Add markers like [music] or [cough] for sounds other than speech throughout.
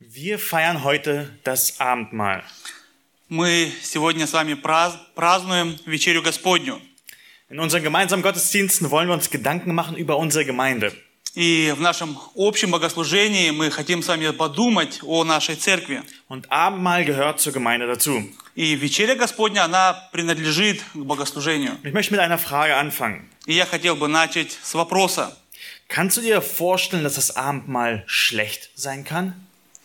Wir feiern heute das Abendmahl. Мы сегодня с вами праз- празднуем вечерю Господню. In unseren gemeinsamen Gottesdiensten wollen wir uns Gedanken machen über unsere Gemeinde. И в нашем общем богослужении мы хотим с вами подумать о нашей церкви. Und Abendmahl gehört zur Gemeinde dazu. И вечеря Господня, она принадлежит к богослужению. Ich möchte mit einer Frage anfangen. И я хотел бы начать с вопроса. Kannst du dir vorstellen, dass das Abendmahl schlecht sein kann?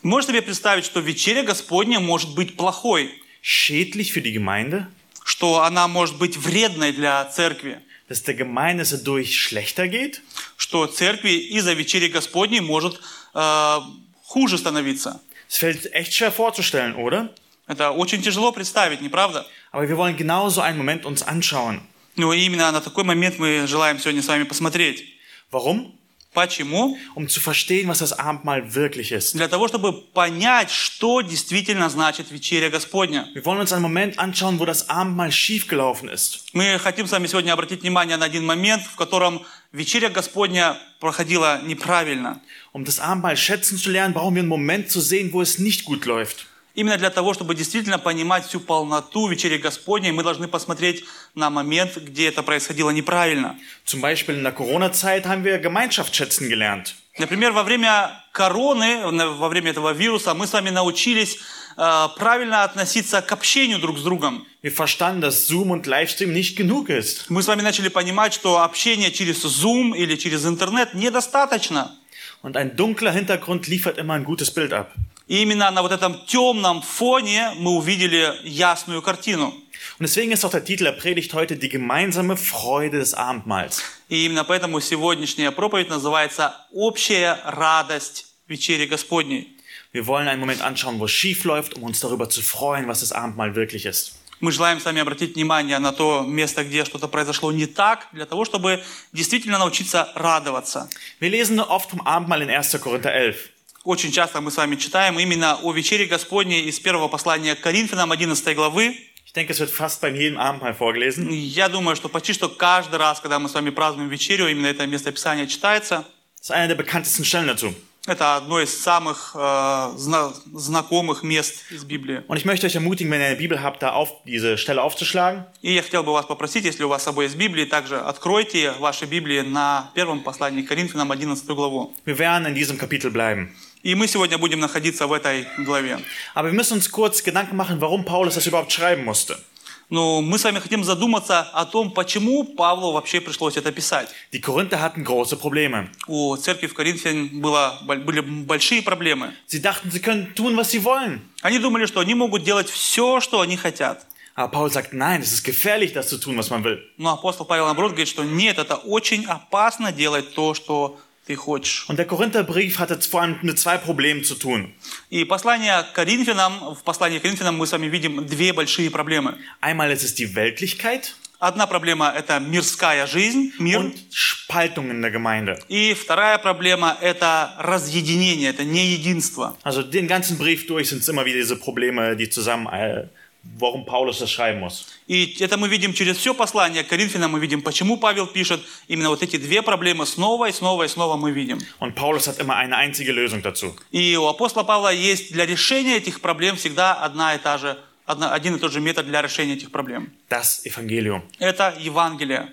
Можешь себе представить, что вечеря Господня может быть плохой, Schädlich für die Gemeinde? что она может быть вредной для церкви, Dass der Gemeinde es dadurch schlechter geht? что церкви из-за вечери Господней может э, хуже становиться? Es fällt echt schwer vorzustellen, oder? Это очень тяжело представить, не правда? Aber wir wollen genau so einen Moment uns anschauen. Ну, именно на такой момент мы желаем сегодня с вами посмотреть. Warum? Почему? Um zu verstehen, was das Abendmahl wirklich ist. Для того, чтобы понять, что действительно значит вечеря Господня. Wir wollen uns einen Moment anschauen, wo das Abendmahl schiefgelaufen ist. Мы хотим с вами сегодня обратить внимание на один момент, в котором вечеря Господня проходила неправильно. Um das Abendmahl schätzen zu lernen, brauchen wir einen Moment zu sehen, wo es nicht gut läuft. Именно для того, чтобы действительно понимать всю полноту вечери Господней, мы должны посмотреть на момент, где это происходило неправильно. Zum Beispiel in der Corona-Zeit haben wir Gemeinschaft schätzen gelernt. Например, во время короны, на- во время этого вируса, мы с вами научились э, правильно относиться к общению друг с другом. Wir verstanden, dass Zoom und Livestream nicht genug ist. Мы с вами начали понимать, что общение через Zoom или через интернет недостаточно. Und ein dunkler Hintergrund liefert immer ein gutes Bild ab. И именно на вот этом темном фоне мы увидели ясную картину. Und deswegen ist auch der Titel der Predigt heute die gemeinsame Freude des Abendmahls. И именно поэтому сегодняшняя проповедь называется «Общая радость вечери Господней». Wir wollen einen Moment anschauen, wo es schief läuft, um uns darüber zu freuen, was das Abendmahl wirklich ist. Мы желаем с вами обратить внимание на то место, где что-то произошло не так, для того, чтобы действительно научиться радоваться. Wir lesen oft vom Abendmahl in 1. Korinther 11. Очень часто мы с вами читаем именно о вечере Господней из первого послания к Коринфянам 11 главы. Ich denke, es wird fast bei jedem Abendmahl vorgelesen. Я думаю, что почти что каждый раз, когда мы с вами празднуем вечерю, именно это место Писания читается. Das ist eine der bekanntesten Stellen dazu. Это одно из самых э, зна- знакомых мест из Библии. Und ich möchte euch ermutigen, wenn ihr eine Bibel habt, da auf diese Stelle aufzuschlagen. И я хотел бы вас попросить, если у вас с собой есть Библии, также откройте ваши Библии на первом послании к Коринфянам 11 главу. Wir werden in diesem Kapitel bleiben. И мы сегодня будем находиться в этой главе. Aber wir müssen uns kurz Gedanken machen, warum Paulus das überhaupt schreiben musste. Но мы с вами хотим задуматься о том, почему Павлу вообще пришлось это писать. Die Korinther hatten große Probleme. У церкви в Коринфе было, были большие проблемы. Sie dachten, sie können tun, was sie wollen. Они думали, что они могут делать все, что они хотят. Aber Paulus sagt, nein, es ist gefährlich, das zu tun, was man will. Но апостол Павел, наоборот, говорит, что нет, это очень опасно делать то, что ты хочешь. Und der Korintherbrief hatte vor allem mit zwei Problemen zu tun. И послание к Коринфянам, в послании к Коринфянам мы с вами видим две большие проблемы. Einmal ist es die Weltlichkeit Одна проблема – это мирская жизнь, мир. und Spaltung in der Gemeinde. И вторая проблема – это разъединение, это неединство. Also den ganzen Brief durch sind es immer wieder diese Probleme, die zusammen, äh, warum Paulus das schreiben muss. И это мы видим через все послание к Коринфянам, мы видим, почему Павел пишет. Именно вот эти две проблемы снова и снова и снова мы видим. Und Paulus hat immer eine einzige Lösung dazu. И у апостола Павла есть для решения этих проблем всегда одна и та же, одна- один и тот же метод для решения этих проблем. Das Evangelium. Это Евангелие.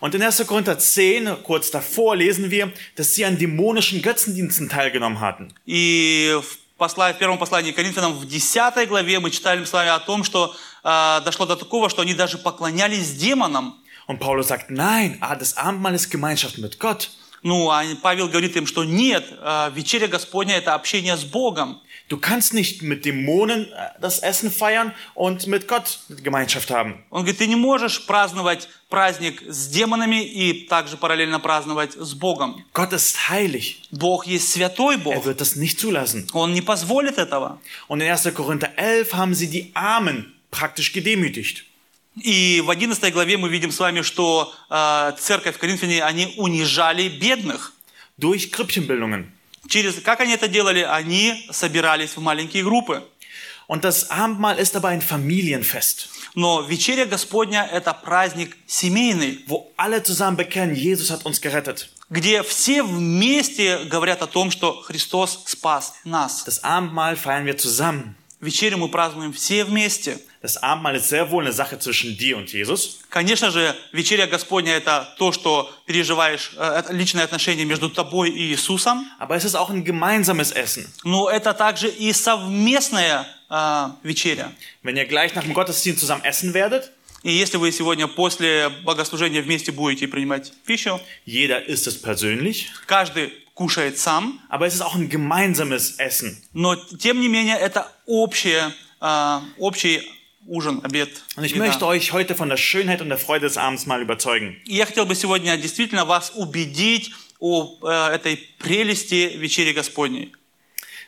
Und in 1. Korinther 10, kurz davor, lesen wir, dass sie an dämonischen Götzendiensten teilgenommen hatten. И в, посла- в первом послании к Коринфянам в 10 главе мы читали с вами о том, что а, дошло до такого, что они даже поклонялись демонам. Und Paulus sagt, nein, ah, das Abendmahl ist Gemeinschaft mit Gott. Ну, а Павел говорит им, что нет, а, вечеря Господня – это общение с Богом. Du kannst nicht mit Dämonen äh, das Essen feiern und mit Gott Gemeinschaft haben. Он говорит, ты не можешь праздновать праздник с демонами и также параллельно праздновать с Богом. Gott ist heilig. Bог есть святой Er Бог. wird das nicht zulassen. Он не позволит этого. Und in 1. Korinther 11 haben sie die Armen praktisch gedemütigt. И в 11 главе мы видим с вами, что э, церковь в Коринфяне, они унижали бедных. Durch Krippchenbildungen. Через, как они это делали? Они собирались в маленькие группы. Und das Abendmahl ist aber ein Familienfest, Но вечеря Господня – это праздник семейный, wo alle zusammen bekennen, Jesus hat uns gerettet. где все вместе говорят о том, что Христос спас нас. Das Abendmahl feiern wir zusammen. Вечерю мы празднуем все вместе. Das Abendmahl ist sehr wohl eine Sache zwischen dir und Jesus. Конечно же, вечеря Господня – это то, что переживаешь, э, это личное отношение между тобой и Иисусом, Aber es ist auch ein gemeinsames Essen. но это также и совместная э, вечеря. Wenn ihr gleich nach dem Gottesdienst zusammen essen werdet, И если вы сегодня после богослужения вместе будете принимать пищу, jeder isst es persönlich, каждый кушает сам, aber es ist auch ein gemeinsames Essen. но тем не менее это общее, э, общий ужин, обед. Und ich еда. möchte euch heute von der Schönheit und der Freude des Abendsmahls überzeugen. И я хотел бы сегодня действительно вас убедить о э, этой прелести вечери Господней.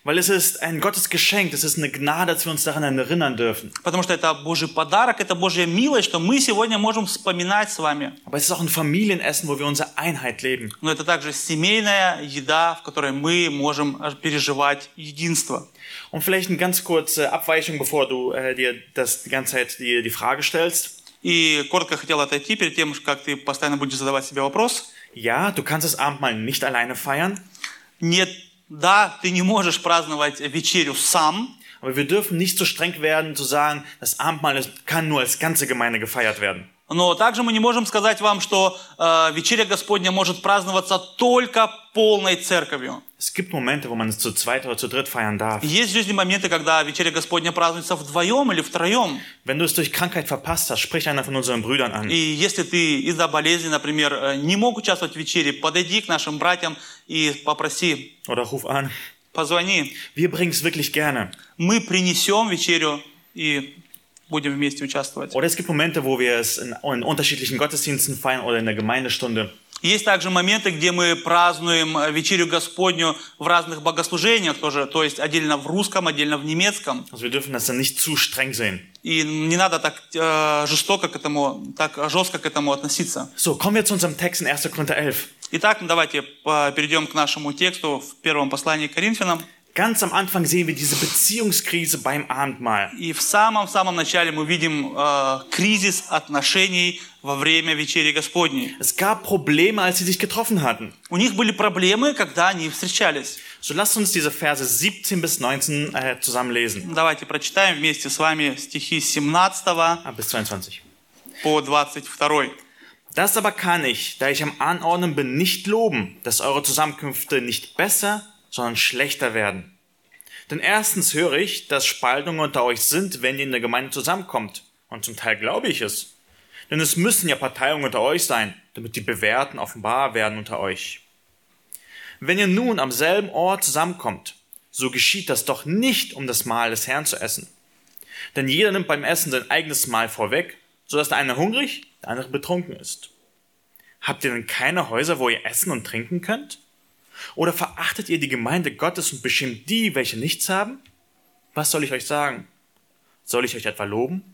Weil es ist ein Gottesgeschenk, es ist eine Gnade, dass wir uns daran erinnern dürfen. Потому что это Божий подарок, это Божья милость, что мы сегодня можем вспоминать с вами. Aber es ist auch ein Familienessen, wo wir unsere Einheit leben. Но это также семейная еда, в которой мы можем э, переживать единство. Und vielleicht eine ganz kurze Abweichung, bevor du äh, dir das die ganze Zeit die, die Frage stellst. И коротко хотел отойти перед тем, как ты постоянно будешь задавать себе вопрос. Ja, du kannst das Abendmahl nicht alleine feiern, Нет, да, ты не можешь праздновать вечерю сам, aber wir dürfen nicht zu streng werden, zu sagen, das Abendmahl ist- kann nur als ganze Gemeinde gefeiert werden. но также мы не можем сказать вам, что э, вечеря Господня может праздноваться только полной церковью. Es gibt Momente, wo man es zu zweit oder zu dritt feiern darf. Есть в жизни моменты, когда вечеря Господня празднуется вдвоем или втроем. Wenn du es durch Krankheit verpasst hast, sprich einer von unseren Brüdern И an. если ты из-за болезни, например, э, не мог участвовать в вечере, подойди к нашим братьям и попроси, Oder ruf an. позвони. Wir bringen es wirklich gerne. Мы принесем вечерю и будем вместе участвовать. Oder es gibt Momente, wo wir es in, in unterschiedlichen Gottesdiensten feiern oder in der Gemeindestunde. Есть также моменты, где мы празднуем э, вечерю Господню в разных богослужениях тоже, то есть отдельно в русском, отдельно в немецком. Also wir dürfen das dann nicht zu streng sehen. И не надо так э, жестоко к этому, так жестко к этому относиться. So, kommen wir zu unserem Text in 1. Korinther 11. Итак, ну, давайте э, перейдем к нашему тексту в первом послании к Коринфянам. Ganz am Anfang sehen wir diese Beziehungskrise beim Abendmahl. И в самом-самом начале мы видим э, кризис отношений во время вечери Господней. Es gab Probleme, als sie sich getroffen hatten. У них были проблемы, когда они встречались. So lasst uns diese Verse 17 bis 19 äh, zusammen lesen. Давайте прочитаем вместе с вами стихи с 17 Ah, bis 22. по 22. Das aber kann ich, da ich am Anordnen bin, nicht loben, dass eure Zusammenkünfte nicht besser, sondern schlechter werden. Denn erstens höre ich, dass Spaltungen unter euch sind, wenn ihr in der Gemeinde zusammenkommt. Und zum Teil glaube ich es. Denn es müssen ja Parteiungen unter euch sein, damit die Bewährten offenbar werden unter euch. Wenn ihr nun am selben Ort zusammenkommt, so geschieht das doch nicht, um das Mahl des Herrn zu essen. Denn jeder nimmt beim Essen sein eigenes Mahl vorweg, sodass der eine hungrig, der andere betrunken ist. Habt ihr denn keine Häuser, wo ihr essen und trinken könnt? Oder verachtet ihr die Gemeinde Gottes und beschämt die, welche nichts haben? Was soll ich euch sagen? Soll ich euch etwa loben?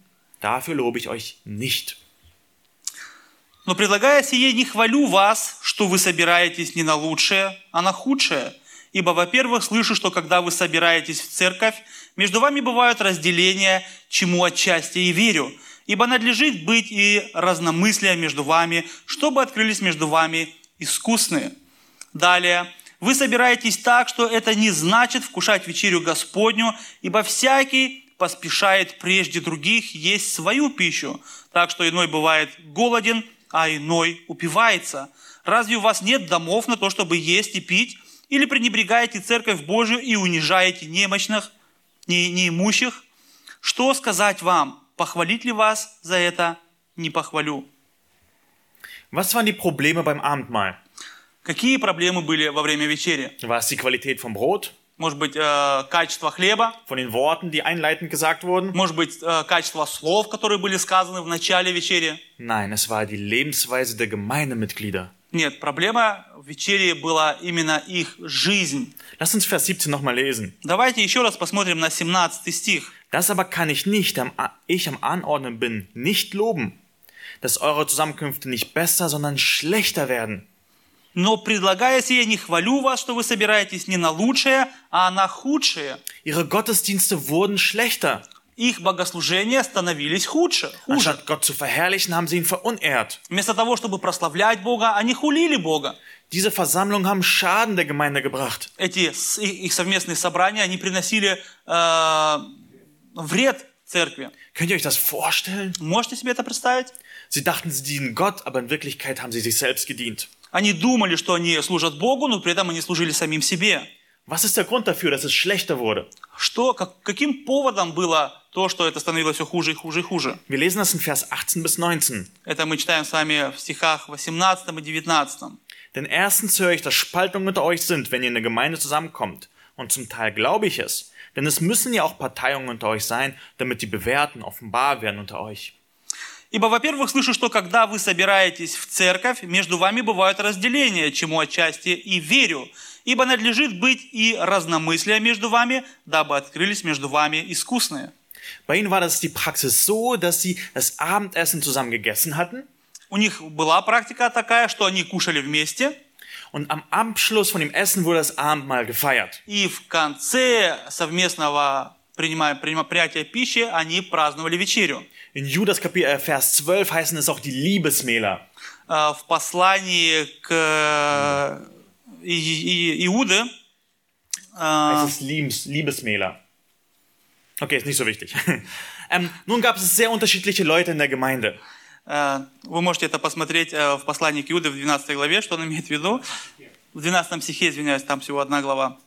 Dafür lobe ich euch nicht. Но предлагая сие, не хвалю вас, что вы собираетесь не на лучшее, а на худшее. Ибо, во-первых, слышу, что когда вы собираетесь в церковь, между вами бывают разделения, чему отчасти и верю. Ибо надлежит быть и разномыслие между вами, чтобы открылись между вами искусные. Далее. Вы собираетесь так, что это не значит вкушать вечерю Господню, ибо всякий поспешает прежде других есть свою пищу, так что иной бывает голоден, а иной упивается. Разве у вас нет домов на то, чтобы есть и пить? Или пренебрегаете церковь Божию и унижаете немощных, не- неимущих? Что сказать вам? Похвалить ли вас за это? Не похвалю. Was waren die Probleme beim Abendmahl? Какие проблемы были во время вечери? War es die Qualität vom Brot, может быть, э, качество хлеба, von den Worten, die einleitend gesagt wurden? может быть, э, качество слов, которые были сказаны в начале вечери. Nein, es war die Lebensweise der Gemeindemitglieder. Нет, проблема в вечере была именно их жизнь. Lass uns Vers 17 nochmal lesen. Давайте еще раз посмотрим на 17 стих. Das aber kann ich nicht, am, A- ich am Anordnen bin, nicht loben, dass eure Zusammenkünfte nicht besser, sondern schlechter werden. «Но предлагая сие, не хвалю вас, что вы собираетесь не на лучшее, а на худшее. Ihre Gottesdienste wurden schlechter. их богослужения становились худше. хуже. Anstatt Gott zu verherrlichen, haben sie ihn verunehrt. Вместо того, чтобы прославлять Бога, они хулили Бога. Diese Versammlungen haben Schaden der Gemeinde gebracht. Эти с- и- их совместные собрания, они приносили э, вред церкви. Könnt ihr euch das vorstellen? Можете себе это представить? Sie dachten, sie dienen Gott, aber in Wirklichkeit haben sie sich selbst gedient. Они думали, что они служат Богу, но при этом они служили самим себе. Was ist der Grund dafür, dass es schlechter wurde? Что, как- каким поводом было то, что это становилось все хуже и хуже и хуже? Wir lesen das in Vers 18 bis 19. Это мы читаем с вами в стихах 18 и 19. Denn erstens höre ich, dass Spaltungen unter euch sind, wenn ihr in der Gemeinde zusammenkommt. Und zum Teil glaube ich es. Denn es müssen ja auch Parteiungen unter euch sein, damit die Bewährten offenbar werden unter euch. Ибо, во-первых, слышу, что когда вы собираетесь в церковь, между вами бывают разделения, чему отчасти и верю. Ибо надлежит быть и разномыслие между вами, дабы открылись между вами искусные. Bei ihnen war das die Praxis so, dass sie das Abendessen zusammen gegessen hatten У них была практика такая, что они кушали вместе, und am Abschluss von dem Essen wurde das Abendmahl gefeiert. и в конце совместного принимая, принятия пищи они праздновали вечерю. In Judas Kapitel äh, Vers 12 heißen es auch die Liebesmähler. Э, В послании к э, И- И- Иуды э, Es ist Liebes, Liebesmähler. Okay, ist nicht so wichtig. [laughs] ähm, nun gab es sehr unterschiedliche Leute in der Gemeinde. Э, Вы можете это посмотреть э, в послании к Иуде в 12 главе, что он имеет в виду. В 12 стихе, извиняюсь, там всего одна глава.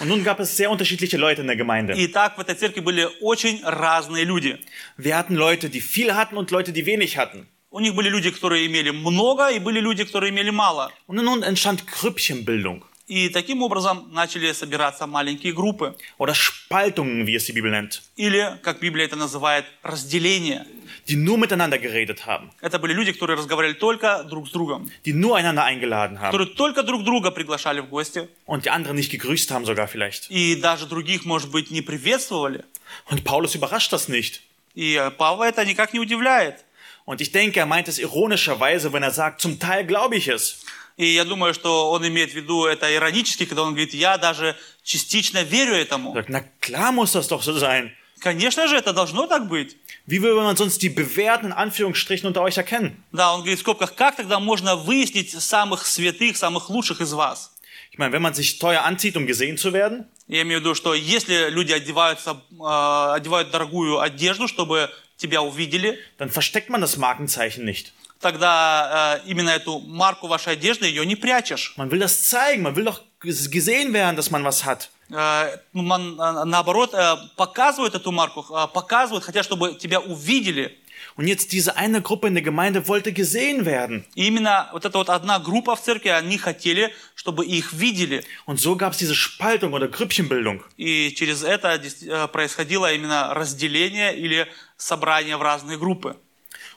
Und nun gab es sehr unterschiedliche Leute in der Gemeinde. И так в этой церкви были очень разные люди. Wir hatten Leute, die viel hatten und Leute, die wenig hatten. У них были люди, которые имели много, и были люди, которые имели мало. Und nun entstand Krüppchenbildung И таким образом начали собираться маленькие группы. oder Spaltungen, wie es die Bibel nennt, Или, как Библия это называет, разделение. die nur miteinander geredet haben, Это были люди, которые разговаривали только друг с другом. die nur einander eingeladen haben Которые только друг друга приглашали в гости. und die anderen nicht gegrüßt haben sogar vielleicht. И даже других, может быть, не приветствовали. Und Paulus überrascht das nicht. И э, Павла это никак не удивляет. Und ich denke, er meint es ironischerweise, wenn er sagt, zum Teil glaube ich es. И я думаю, что он имеет в виду это иронически, когда он говорит, я даже частично верю Er этому. sagt, na klar muss das doch so sein. Конечно же, это должно так быть. Wie will man sonst die Bewährten in Anführungsstrichen unter euch erkennen? Да, он говорит в скобках, как тогда можно выяснить самых святых, самых лучших из вас? Ich meine, wenn man sich teuer anzieht, um gesehen zu werden, Я имею в виду, что если люди одеваются, э, одевают дорогую одежду, чтобы тебя увидели, dann versteckt man das Markenzeichen nicht. тогда э, именно эту марку вашей одежды ее не прячешь. Man will das zeigen, man will doch gesehen werden, dass man was hat. Э, ну, ман- э, наоборот, э, показывают эту марку, э, показывают, хотят, чтобы тебя увидели. Und jetzt diese eine Gruppe in der Gemeinde wollte gesehen werden. И именно вот эта вот одна группа в церкви, они хотели, чтобы их видели. Und so gab es diese Spaltung oder Grüppchenbildung. И через это дес- э, происходило именно разделение или собрание в разные группы.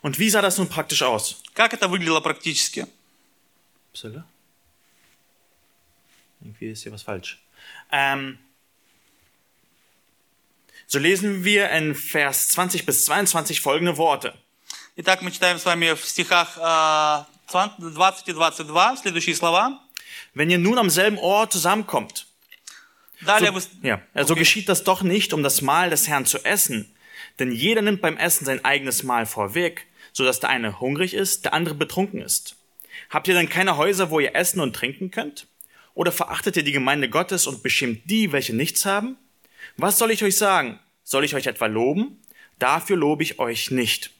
Und wie sah das nun praktisch aus? Как это выглядело практически? Psille? Irgendwie ist hier was falsch. Ähm, so lesen wir in Vers 20 bis 22 folgende Worte. Итак, мы читаем с вами в стихах э, 20 и 22 следующие слова. Wenn ihr nun am selben Ort zusammenkommt, Далее вы... с- ja, so geschieht das doch nicht, um das Mahl des Herrn zu essen. Denn jeder nimmt beim Essen sein eigenes Mahl vorweg, so dass der eine hungrig ist, der andere betrunken ist. Habt ihr dann keine Häuser, wo ihr essen und trinken könnt? Oder verachtet ihr die Gemeinde Gottes und beschämt die, welche nichts haben? Was soll ich euch sagen? Soll ich euch etwa loben? Dafür lobe ich euch nicht.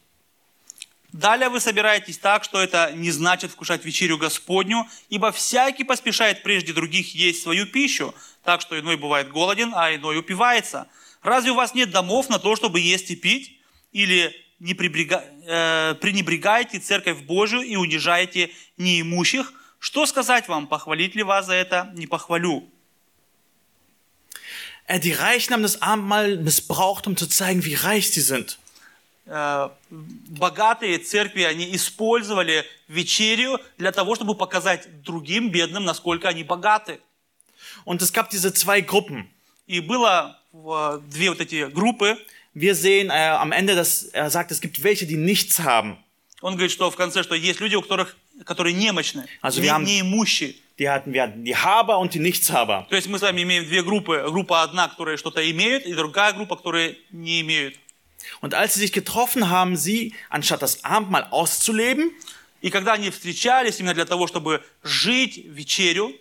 Далее вы собираетесь так, что это не значит вкушать вечерю Господню, ибо всякий поспешает прежде других есть свою пищу, так что иной бывает голоден, а иной упивается. Разве у вас нет домов на то, чтобы есть и пить? Или не прибрега- э, пренебрегаете церковь Божию и унижаете неимущих? Что сказать вам, похвалить ли вас за это? Не похвалю. Äh, die Reichen haben das Abendmahl missbraucht, um zu zeigen, wie reich sie sind. Э, Богатые церкви, они использовали вечерю для того, чтобы показать другим бедным, насколько они богаты. Und es gab diese zwei Gruppen. И было э, две вот эти группы. Wir sehen äh, am Ende, dass er sagt, es gibt welche, die nichts haben. Он говорит, что в конце, что есть люди, у которых, которые немощны, А не- зрям. неимущие. die hatten, wir hatten die Haber und die Nichtshaber. То есть мы с вами имеем две группы. Группа одна, которые что-то имеют, и другая группа, которые не имеют. Und als sie sich getroffen haben, sie, anstatt das Abendmahl auszuleben, И когда они встречались именно для того, чтобы жить вечерю,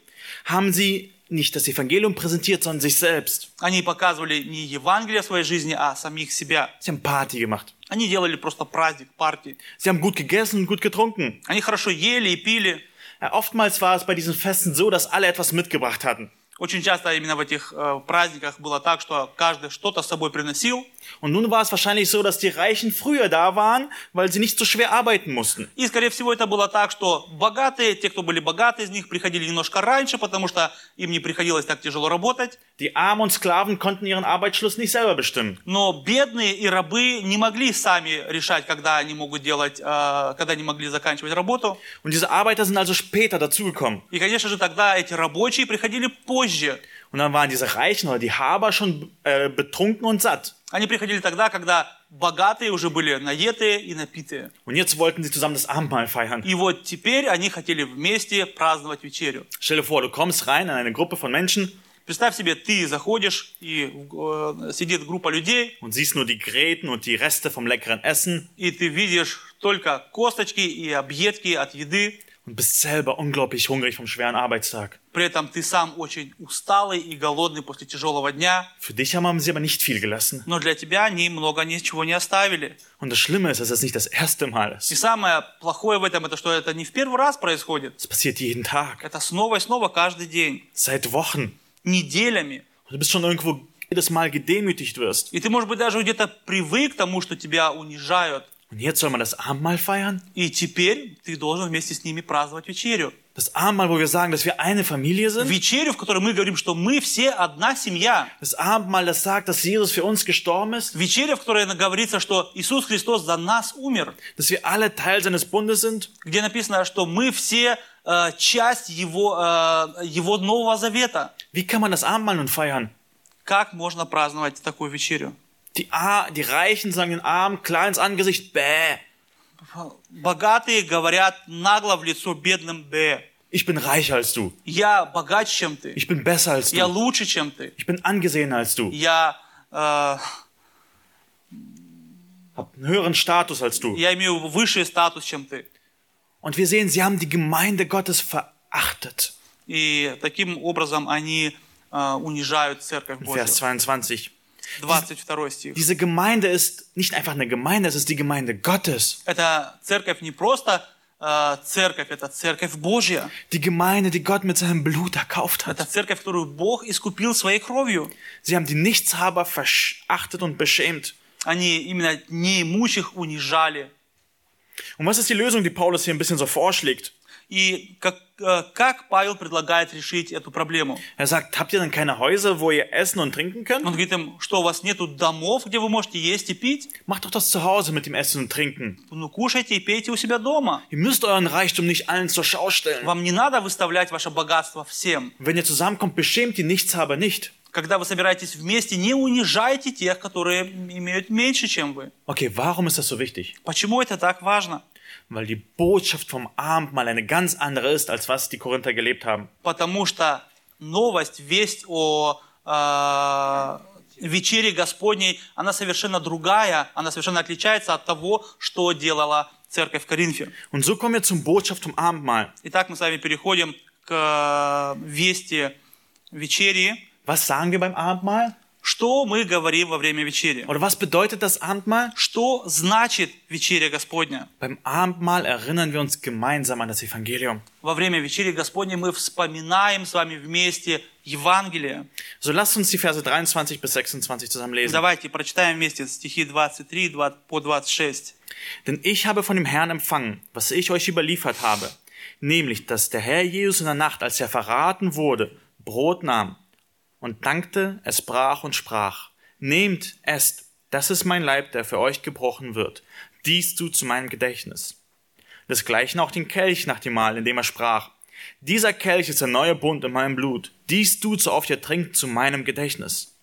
haben sie nicht das Evangelium präsentiert, sondern sich selbst. они показывали не Евангелие своей жизни, а самих себя. Sie haben Party gemacht. Они делали просто праздник, партии. Sie haben gut gegessen und gut getrunken. Они хорошо ели и пили. Ja, oftmals war es bei diesen Festen so, dass alle etwas mitgebracht hatten. Очень часто именно в этих э, праздниках было так, что каждый что-то с собой приносил. Und nun war es wahrscheinlich so, dass die Reichen früher da waren, weil sie nicht so schwer arbeiten mussten. И, скорее всего, это было так, что богатые, те, кто были богаты из них, приходили немножко раньше, потому что им не приходилось так тяжело работать. Die Armen und Sklaven konnten ihren Arbeitsschluss nicht selber bestimmen. Но бедные и рабы не могли сами решать, когда они могут делать, э, когда они могли заканчивать работу. Und diese Arbeiter sind also später dazugekommen. И, конечно же, тогда эти рабочие приходили позже. Und dann waren diese Reichen oder die Haber schon äh, betrunken und satt. Они приходили тогда, когда богатые уже были наетые и напитые. Und jetzt wollten sie zusammen das Abendmahl feiern. И вот теперь они хотели вместе праздновать вечерю. Stell dir vor, du kommst rein in eine Gruppe von Menschen Представь себе, ты заходишь, и э, сидит группа людей, und siehst nur die Gräten und die Reste vom leckeren Essen и ты видишь только косточки и объедки от еды. und bist selber unglaublich hungrig vom schweren Arbeitstag. При этом ты сам очень усталый и голодный после тяжелого дня, Für dich haben sie aber nicht viel gelassen. но для тебя они много ничего не оставили. Und das Schlimme ist, dass es nicht das erste Mal ist. И самое плохое в этом, это что это не в первый раз происходит. Es passiert jeden Tag, Это снова и снова каждый день, seit Wochen. неделями. Und du bist schon irgendwo jedes Mal gedemütigt wirst. И ты, может быть, даже где-то привык к тому, что тебя унижают. Und jetzt soll man das Abendmahl feiern? И теперь ты должен вместе с ними праздновать вечерю. Das Abendmahl, wo wir sagen, dass wir eine Familie sind? Вечерю, в которой мы говорим, что мы все одна семья. Das Abendmahl, das sagt, dass Jesus für uns gestorben ist? Вечеря, в которой говорится, что Иисус Христос за нас умер. Dass wir alle Teil seines Bundes sind? Где написано, что мы все э, часть его, э, его Нового Завета. Wie kann man das Abendmahl nun feiern? Как можно праздновать такую вечерю? Die, A die Reichen sagen den Armen klar ins Angesicht, bäh, Богатые говорят нагло в лицо бедным «Б». ich bin reicher als du. Я богаче, чем ты. Ich bin besser als Я du. лучше, чем ты. Ich bin angesehener als du. Я... э, Hab einen höheren Status als du. Я имею высший статус, чем ты. Und wir sehen, sie haben die Gemeinde Gottes verachtet. И таким образом они э, унижают церковь In Vers Божью. 22. 22 стих. Diese Gemeinde ist nicht einfach eine Gemeinde, es ist die Gemeinde Gottes. Это церковь не просто э, церковь, это церковь Божья. Die Gemeinde, die Gott mit seinem Blut erkauft Это hat. церковь, которую Бог искупил своей кровью. Sie haben die Nichtshaber verachtet und beschämt. Они именно неимущих унижали. Und was ist die Lösung, die Paulus hier ein bisschen so vorschlägt? И как, э, как Павел предлагает решить эту проблему? Er sagt, habt ihr denn keine Häuser, wo ihr essen und trinken Он könnt? говорит им, что у вас нету домов, где вы можете есть и пить? Macht doch das zu Hause mit dem Essen und Trinken. Ну, кушайте и пейте у себя дома. Ihr müsst euren Reichtum nicht allen zur Schau stellen. Вам не надо выставлять ваше богатство всем. Wenn ihr zusammenkommt, beschämt die Nichtshaber nicht. Когда вы собираетесь вместе, не унижайте тех, которые имеют меньше, чем вы. Okay, warum ist das so wichtig? Почему это так важно? Weil die Botschaft vom Abendmahl eine ganz andere ist, als was die Korinther gelebt haben. Потому что новость, весть о э, вечере Господней, она совершенно другая, она совершенно отличается от того, что делала церковь в Коринфе. Und so kommen wir zum Botschaft vom Abendmahl. Итак, мы с вами переходим к э, вести вечери. Was sagen wir beim Abendmahl? Что мы говорим во время вечери? Oder was bedeutet das Abendmahl? Что значит вечеря Господня? Beim Abendmahl erinnern wir uns gemeinsam an das Evangelium. Во время вечери Господней мы вспоминаем с вами вместе Евангелие. So lasst uns die Verse 23 bis 26 zusammen lesen. Давайте прочитаем вместе стихи 23 два- по 26. Denn ich habe von dem Herrn empfangen, was ich euch überliefert habe, nämlich, dass der Herr Jesus in der Nacht, als er verraten wurde, Brot nahm und dankte, es brach und sprach, Nehmt, esst, das ist mein Leib, der für euch gebrochen wird, dies tut zu meinem Gedächtnis. Desgleichen auch den Kelch nach dem Mahl, indem er sprach, Dieser Kelch ist der neue Bund in meinem Blut, dies tut so oft ihr trinkt zu meinem Gedächtnis.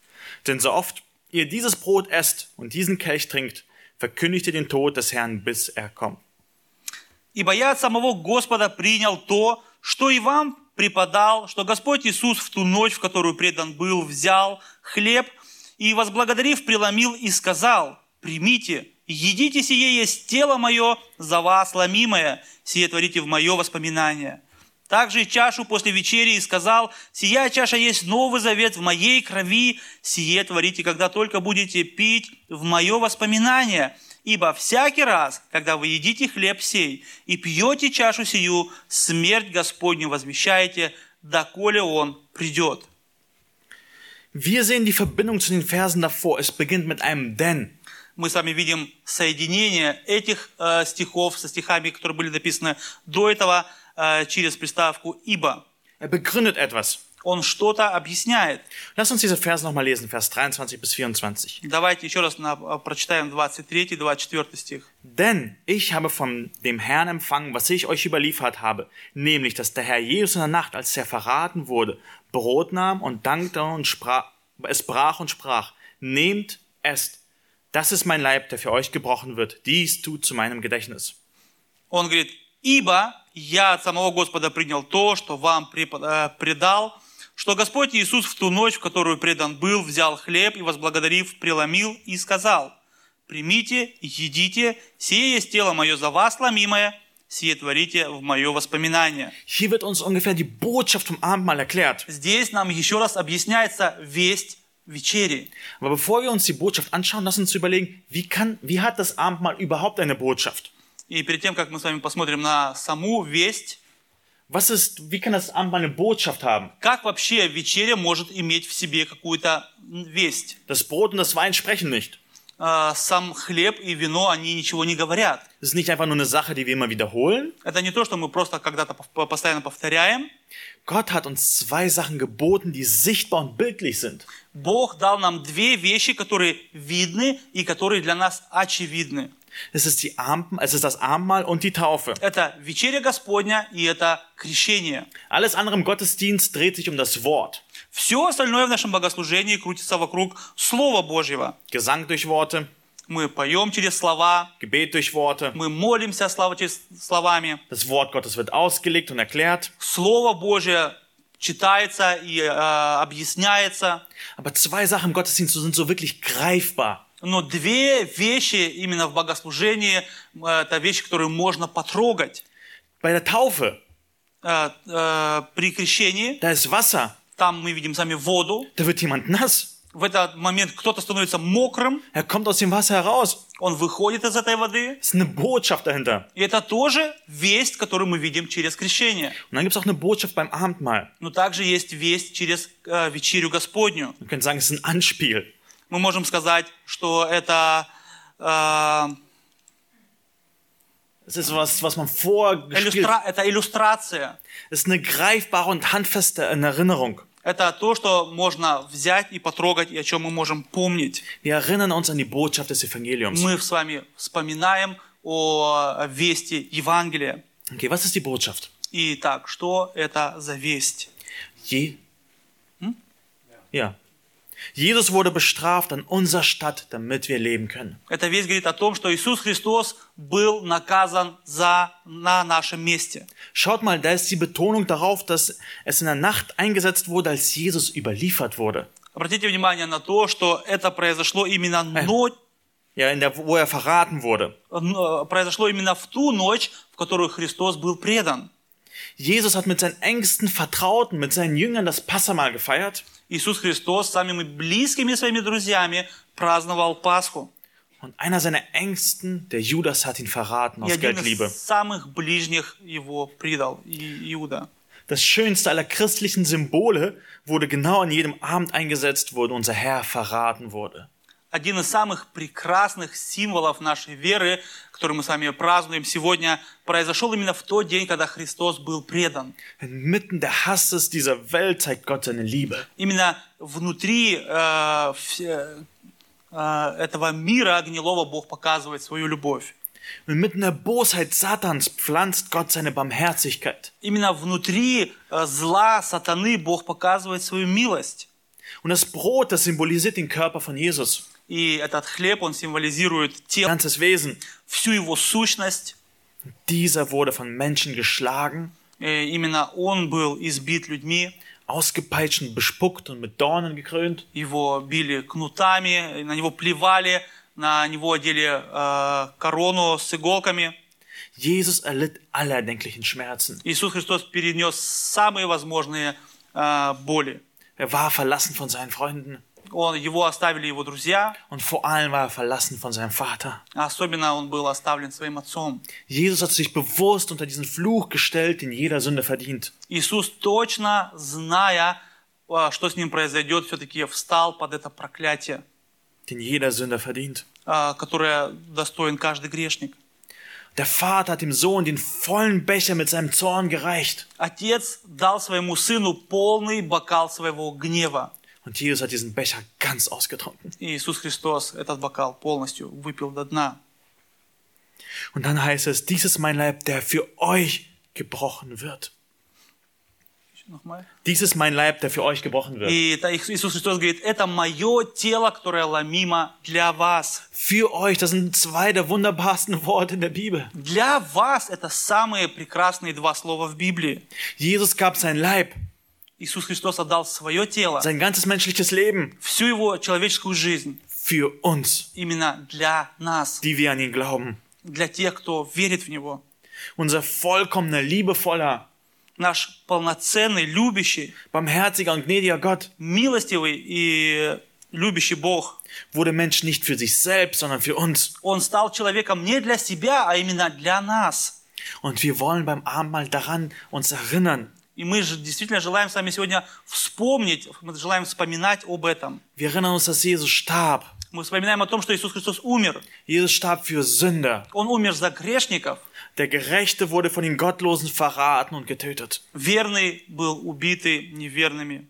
Denn so oft ihr dieses Brot esst und diesen Kelch trinkt, verkündigt ihr den Tod des Herrn, bis er kommt. Ибо я от самого Господа принял то, что и вам преподал, что Господь Иисус в ту ночь, в которую предан был, взял хлеб и, возблагодарив, преломил и сказал, «Примите, едите сие есть тело мое за вас ломимое, сие творите в мое воспоминание». Также и чашу после вечери и сказал, «Сия чаша есть новый завет в моей крови, сие творите, когда только будете пить в мое воспоминание». Ибо всякий раз, когда вы едите хлеб сей и пьете чашу сию, смерть Господню возмещаете, доколе он придет. Wir sehen die Verbindung zu den Versen davor. Es beginnt mit einem denn. Мы с вами видим соединение этих э, стихов со стихами, которые были написаны до этого э, через приставку «ибо». Er begründet etwas. Он что-то объясняет. Lass uns diese Verse nochmal lesen, Vers 23 bis 24. Давайте еще раз на- а, прочитаем 23-24 стих. Denn ich habe von dem Herrn empfangen, was ich euch überliefert habe, nämlich, dass der Herr Jesus in der Nacht, als er verraten wurde, Brot nahm und dankte und sprach, es brach und sprach, nehmt, esst. Das ist mein Leib, der für euch gebrochen wird. Dies tut zu meinem Gedächtnis. Он говорит, ибо я от самого Господа принял то, что вам препо- э, предал, что Господь Иисус в ту ночь, в которую предан был, взял хлеб и, возблагодарив, преломил и сказал, «Примите, едите, сие есть тело мое за вас ломимое, сие творите в мое воспоминание». Hier wird uns ungefähr die Botschaft vom Abendmahl erklärt. Здесь нам еще раз объясняется весть вечери. Aber bevor wir uns die Botschaft anschauen, lass uns überlegen, wie kann, wie hat das Abendmahl überhaupt eine Botschaft? И перед тем, как мы с вами посмотрим на саму весть, Was ist, wie kann das Abendmahl eine Botschaft haben? как вообще вечеря может иметь в себе какую-то м, весть? Das Brot und das Wein sprechen nicht. а, сам хлеб и вино, они ничего не говорят. Es ist nicht einfach nur eine Sache, die wir immer wiederholen. Это не то, что мы просто когда-то пов- постоянно повторяем. Gott hat uns zwei Sachen geboten, die sichtbar und bildlich sind. Бог дал нам две вещи, которые видны и которые для нас очевидны. Es ist, die Abend, es ist das Abendmahl und die Taufe. Это вечеря Господня и это крещение. Alles andere im Gottesdienst dreht sich um das Wort. Все остальное в нашем богослужении крутится вокруг Слова Божьего. Gesang durch Worte, Мы поем через слова, Gebet durch Worte. мы молимся слова через словами. Das Wort Gottes wird ausgelegt und erklärt. Слово Божье читается и э, объясняется. Aber zwei Sachen im Gottesdienst sind so wirklich greifbar. Но две вещи именно в богослужении, э, это вещи, которые можно потрогать. Bei der Taufe, Э, э, При крещении, da ist Wasser, там мы видим сами воду, da wird jemand nass. в этот момент кто-то становится мокрым, Er kommt aus dem Wasser heraus. он выходит из этой воды. Es ist eine Botschaft dahinter. И это тоже весть, которую мы видим через крещение. Und dann gibt es auch eine Botschaft beim Abendmahl. Но также есть весть через э, вечерю Господню. Man könnte sagen, es ist ein Anspiel. Мы можем сказать, что это э, Es ist was, was man vorgespielt иллюстра- это иллюстрация. Es ist eine greifbare und handfeste Erinnerung. Это то, что можно взять и потрогать, и о чем мы можем помнить. Wir erinnern uns an die Botschaft des Evangeliums. мы с вами вспоминаем о вести Евангелия. Okay, was ist die Botschaft? Итак, что это за весть? Je hm? Ja. Jesus wurde bestraft an unserer Stadt, damit wir leben können. Эта весть говорит о том, что Иисус Христос был наказан за, на нашем месте. Schaut mal, da ist die Betonung darauf, dass es in der Nacht eingesetzt wurde, als Jesus überliefert wurde. Обратите внимание на то, что это произошло именно, но- Ja, in der, wo er verraten wurde. э, произошло именно в ту ночь, в которую Христос был предан. Jesus hat mit seinen engsten Vertrauten, mit seinen Jüngern das Passamal gefeiert. Иисус Христос с самыми близкими своими друзьями праздновал Пасху. Und einer seiner Ängsten, der Judas, hat ihn verraten И aus один Geldliebe. из самых ближних его предал, И- Иуда. Das schönste aller christlichen Symbole wurde genau an jedem Abend eingesetzt, wo unser Herr verraten wurde. один из самых прекрасных символов нашей веры, который мы с вами празднуем сегодня, произошел именно в тот день, когда Христос был предан. Inmitten der Hasses dieser Welt zeigt Gott seine Liebe. Именно внутри э, вс- э, этого мира гнилого Бог показывает свою любовь. Inmitten der Bosheit Satans pflanzt Gott seine Barmherzigkeit. Именно внутри э, зла сатаны Бог показывает свою милость. Und das Brot, das symbolisiert den Körper von Jesus, И этот хлеб, он символизирует sein тело, ganzes Wesen. всю его сущность. Dieser wurde von Menschen geschlagen э, именно он был избит людьми, Ausgepeitscht und bespuckt und mit Dornen gekrönt. его били кнутами, на него плевали, на него одели э, корону с иголками. Jesus erlitt alle erdenklichen Schmerzen. Иисус Христос перенес самые возможные э, боли. Er war verlassen von seinen Freunden Он, его оставили его друзья, und vor allem war er verlassen von seinem Vater. а особенно он был оставлен своим отцом. Jesus hat sich bewusst unter diesen Fluch gestellt, den jeder Sünde verdient. Иисус, точно зная, э, что с ним произойдет, все-таки встал под это проклятие, Den jeder Sünder verdient. э, которое достоин каждый грешник. Der Vater hat dem Sohn den vollen Becher mit seinem Zorn gereicht. Отец дал своему сыну полный бокал своего гнева. Und Jesus hat diesen Becher ganz ausgetrunken. И Иисус Христос этот бокал полностью выпил до дна. Und dann heißt es, dies ist mein Leib, der für euch gebrochen wird. Ещё нахмай. Dies ist mein Leib, der für euch gebrochen wird. И это Их- Иисус Христос говорит, это мое тело, которое ломимо для вас. Für euch, das sind zwei der wunderbarsten Worte in der Bibel. Для вас это самые прекрасные два слова в Библии. Jesus gab sein Leib, Иисус Христос отдал свое тело, sein ganzes menschliches Leben всю его человеческую жизнь für uns, именно для нас, die wir an ihn glauben. для тех, кто верит в Него. Unser vollkommener, liebevoller, Наш полноценный, любящий, barmherziger und gnädiger Gott милостивый и любящий Бог, wurde Mensch nicht für sich selbst, sondern für uns. Он стал человеком не для себя, а именно для нас. Und wir wollen beim Abendmahl daran uns erinnern. И мы же действительно желаем с вами сегодня вспомнить, мы желаем вспоминать об этом. Wir erinnern uns, dass Jesus starb. Мы вспоминаем о том, что Иисус Христос умер. Jesus starb für Sünder. Он умер за грешников. Der Gerechte wurde von den Gottlosen verraten und getötet, Верный был убитый неверными.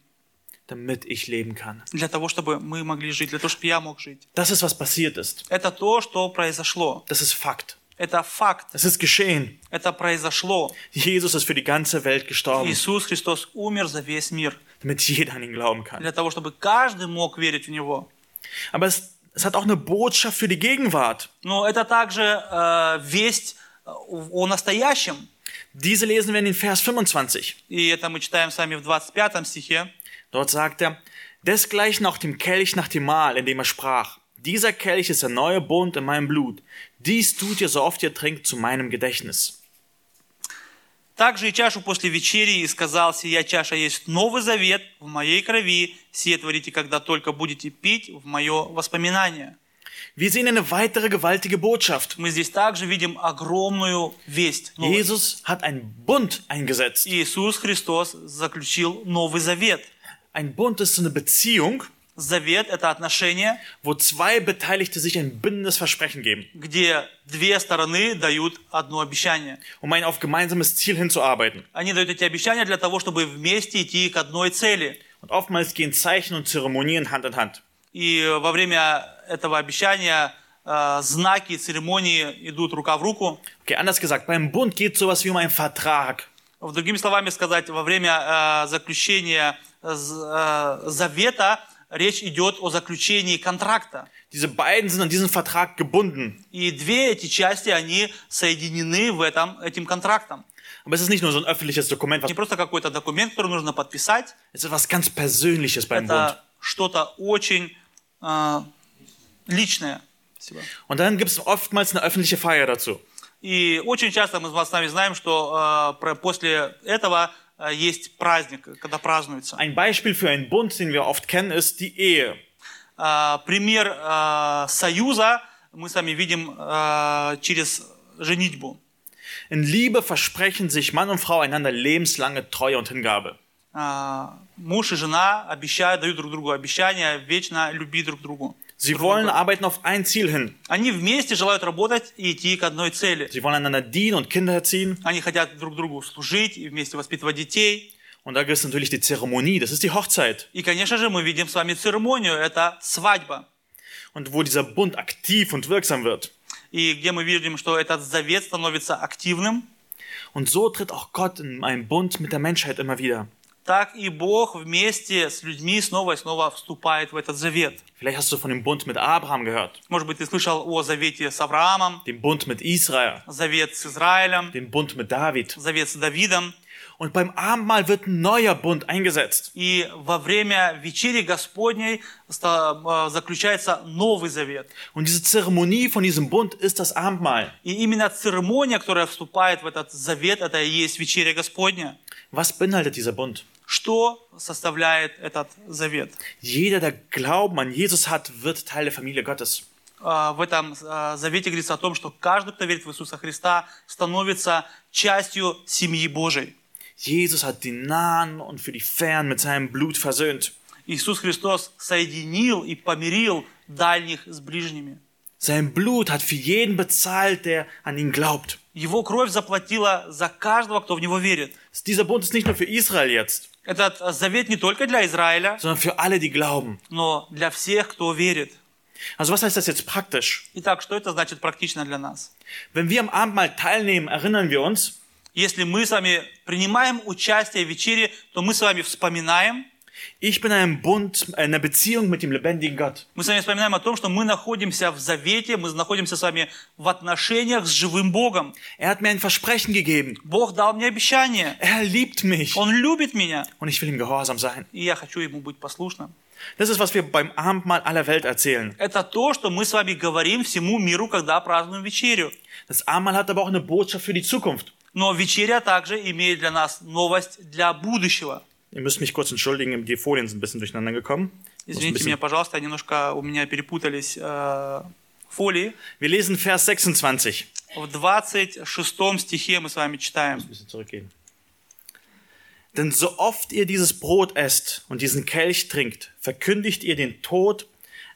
damit ich leben kann. Для того, чтобы мы могли жить, для того, чтобы я мог жить. Das ist, was passiert ist. Это то, что произошло. Das ist Fakt. Это факт. Das ist geschehen. Это произошло. Jesus ist für die ganze Welt gestorben, Иисус Христос умер за весь мир. damit jeder an ihn glauben kann. Для того, чтобы каждый мог верить в Него. Aber es, es hat auch eine Botschaft für die Gegenwart. Но это также э, весть э, о о настоящем. Diese lesen wir in den Vers 25. И это мы читаем с вами в 25 стихе. Dort sagt er, desgleichen auch dem Kelch nach dem Mahl, in dem er sprach. Dieser Kelch ist der neue Bund in meinem Blut. Dies tut ihr so oft ihr trinkt zu meinem Gedächtnis. Также и чашу после вечери, и сказал, сия чаша есть новый завет в моей крови, сие творите, когда только будете пить в мое воспоминание. Wir sehen eine weitere gewaltige Botschaft. Мы здесь также видим огромную весть. новость. Jesus hat einen Bund eingesetzt. Иисус Христос заключил новый завет. Ein Bund ist so eine Beziehung, Завет – это отношение, wo zwei Beteiligte sich ein bindendes Versprechen geben, где две стороны дают одно обещание. um ein auf gemeinsames Ziel hinzuarbeiten. Они дают эти обещания для того, чтобы вместе идти к одной цели. Und oftmals gehen Zeichen und Zeremonien Hand in Hand. И э, во время этого обещания э, знаки церемонии идут рука в руку. Okay, anders gesagt, beim Bund geht sowas wie um einen Vertrag. В Другими словами сказать, во время э, заключения э, з- э, завета речь идет о заключении контракта. Diese beiden sind an diesen Vertrag gebunden. И две эти части, они соединены в этом, этим контрактом. Aber es ist nicht nur so ein öffentliches Dokument, was, Не просто какой-то документ, который нужно подписать. es ist was ganz Persönliches beim Bund. Это что-то очень э, личное. Спасибо. Und dann gibt es oftmals eine öffentliche Feier dazu. И очень часто мы с вами знаем, что э, про- после этого э, есть праздник, когда празднуется. Ein Beispiel für einen Bund, den wir oft kennen, ist die Ehe. Э, пример э, союза мы с вами видим э, через женитьбу. In Liebe versprechen sich Mann und Frau einander lebenslange Treue und Hingabe. Э, муж и жена обещают, дают друг другу обещания вечно любить друг другу. Sie Друг wollen друга. arbeiten auf ein Ziel hin. Они вместе желают работать и идти к одной цели. Sie wollen einander dienen und Kinder erziehen. Они хотят друг другу служить и вместе воспитывать детей. Und da gibt es natürlich die Zeremonie, das ist die Hochzeit. И, конечно же, мы видим с вами церемонию, это свадьба. Und wo dieser Bund aktiv und wirksam wird. И где мы видим, что этот завет становится активным, Und so tritt auch Gott in einen Bund mit der Menschheit immer wieder. так и Бог вместе с людьми снова и снова вступает в этот завет. Vielleicht hast du von dem Bund mit Abraham gehört, Может быть, ты слышал о завете с Авраамом, dem Bund mit Israel, завет с Израилем, dem Bund mit David. завет с Давидом. und beim Abendmahl wird ein neuer Bund eingesetzt. И во время вечери Господней ста- э, заключается Новый Завет. Und diese Zeremonie von diesem Bund ist das Abendmahl. И именно церемония, которая вступает в этот завет, это и есть вечеря Господня. Was beinhaltet dieser Bund? Что составляет этот завет? Jeder, der Glauben an Jesus hat, wird Teil der Familie Gottes. А, В этом а, завете говорится о том, что каждый, кто верит в Иисуса Христа, становится частью семьи Божией. Jesus hat die Nahen und für die Fernen mit seinem Blut versöhnt. Иисус Христос соединил и помирил дальних с ближними. Sein Blut hat für jeden bezahlt, der an ihn glaubt. Его кровь заплатила за каждого, кто в него верит. Dieser Bund ist nicht nur für Israel jetzt, Этот а, завет не только для Израиля, sondern für alle, die glauben. но для всех, кто верит. Also was heißt das jetzt praktisch? Итак, что это значит практично для нас? Wenn wir am Abendmahl teilnehmen, erinnern wir uns, Если мы с вами принимаем участие в вечере, то мы с вами вспоминаем, ich bin in einem Bund, in einer Beziehung mit dem lebendigen Gott. мы с вами вспоминаем о том, что мы находимся в завете, мы находимся с вами в отношениях с живым Богом. Er hat mir ein Versprechen gegeben. Бог дал мне обещание. Er liebt mich Он любит меня, und ich will ihm gehorsam sein. и я хочу ему быть послушным. Das ist, was wir beim Abendmahl aller Welt erzählen. Это то, что мы с вами говорим всему миру, когда празднуем вечерю. Das Abendmahl hat aber auch eine Botschaft für die Zukunft. Но вечеря также имеет для нас новость для будущего. Ihr müsst mich kurz entschuldigen, die Folien sind ein bisschen durcheinander gekommen. Muss ein Извините меня, bisschen пожалуйста, немножко у меня перепутались э, фолии. wir lesen Vers 26. В 26 стихе мы с вami читаем. Ein bisschen zurückgehen. Denn so oft ihr dieses Brot esst und diesen Kelch trinkt, verkündigt ihr den Tod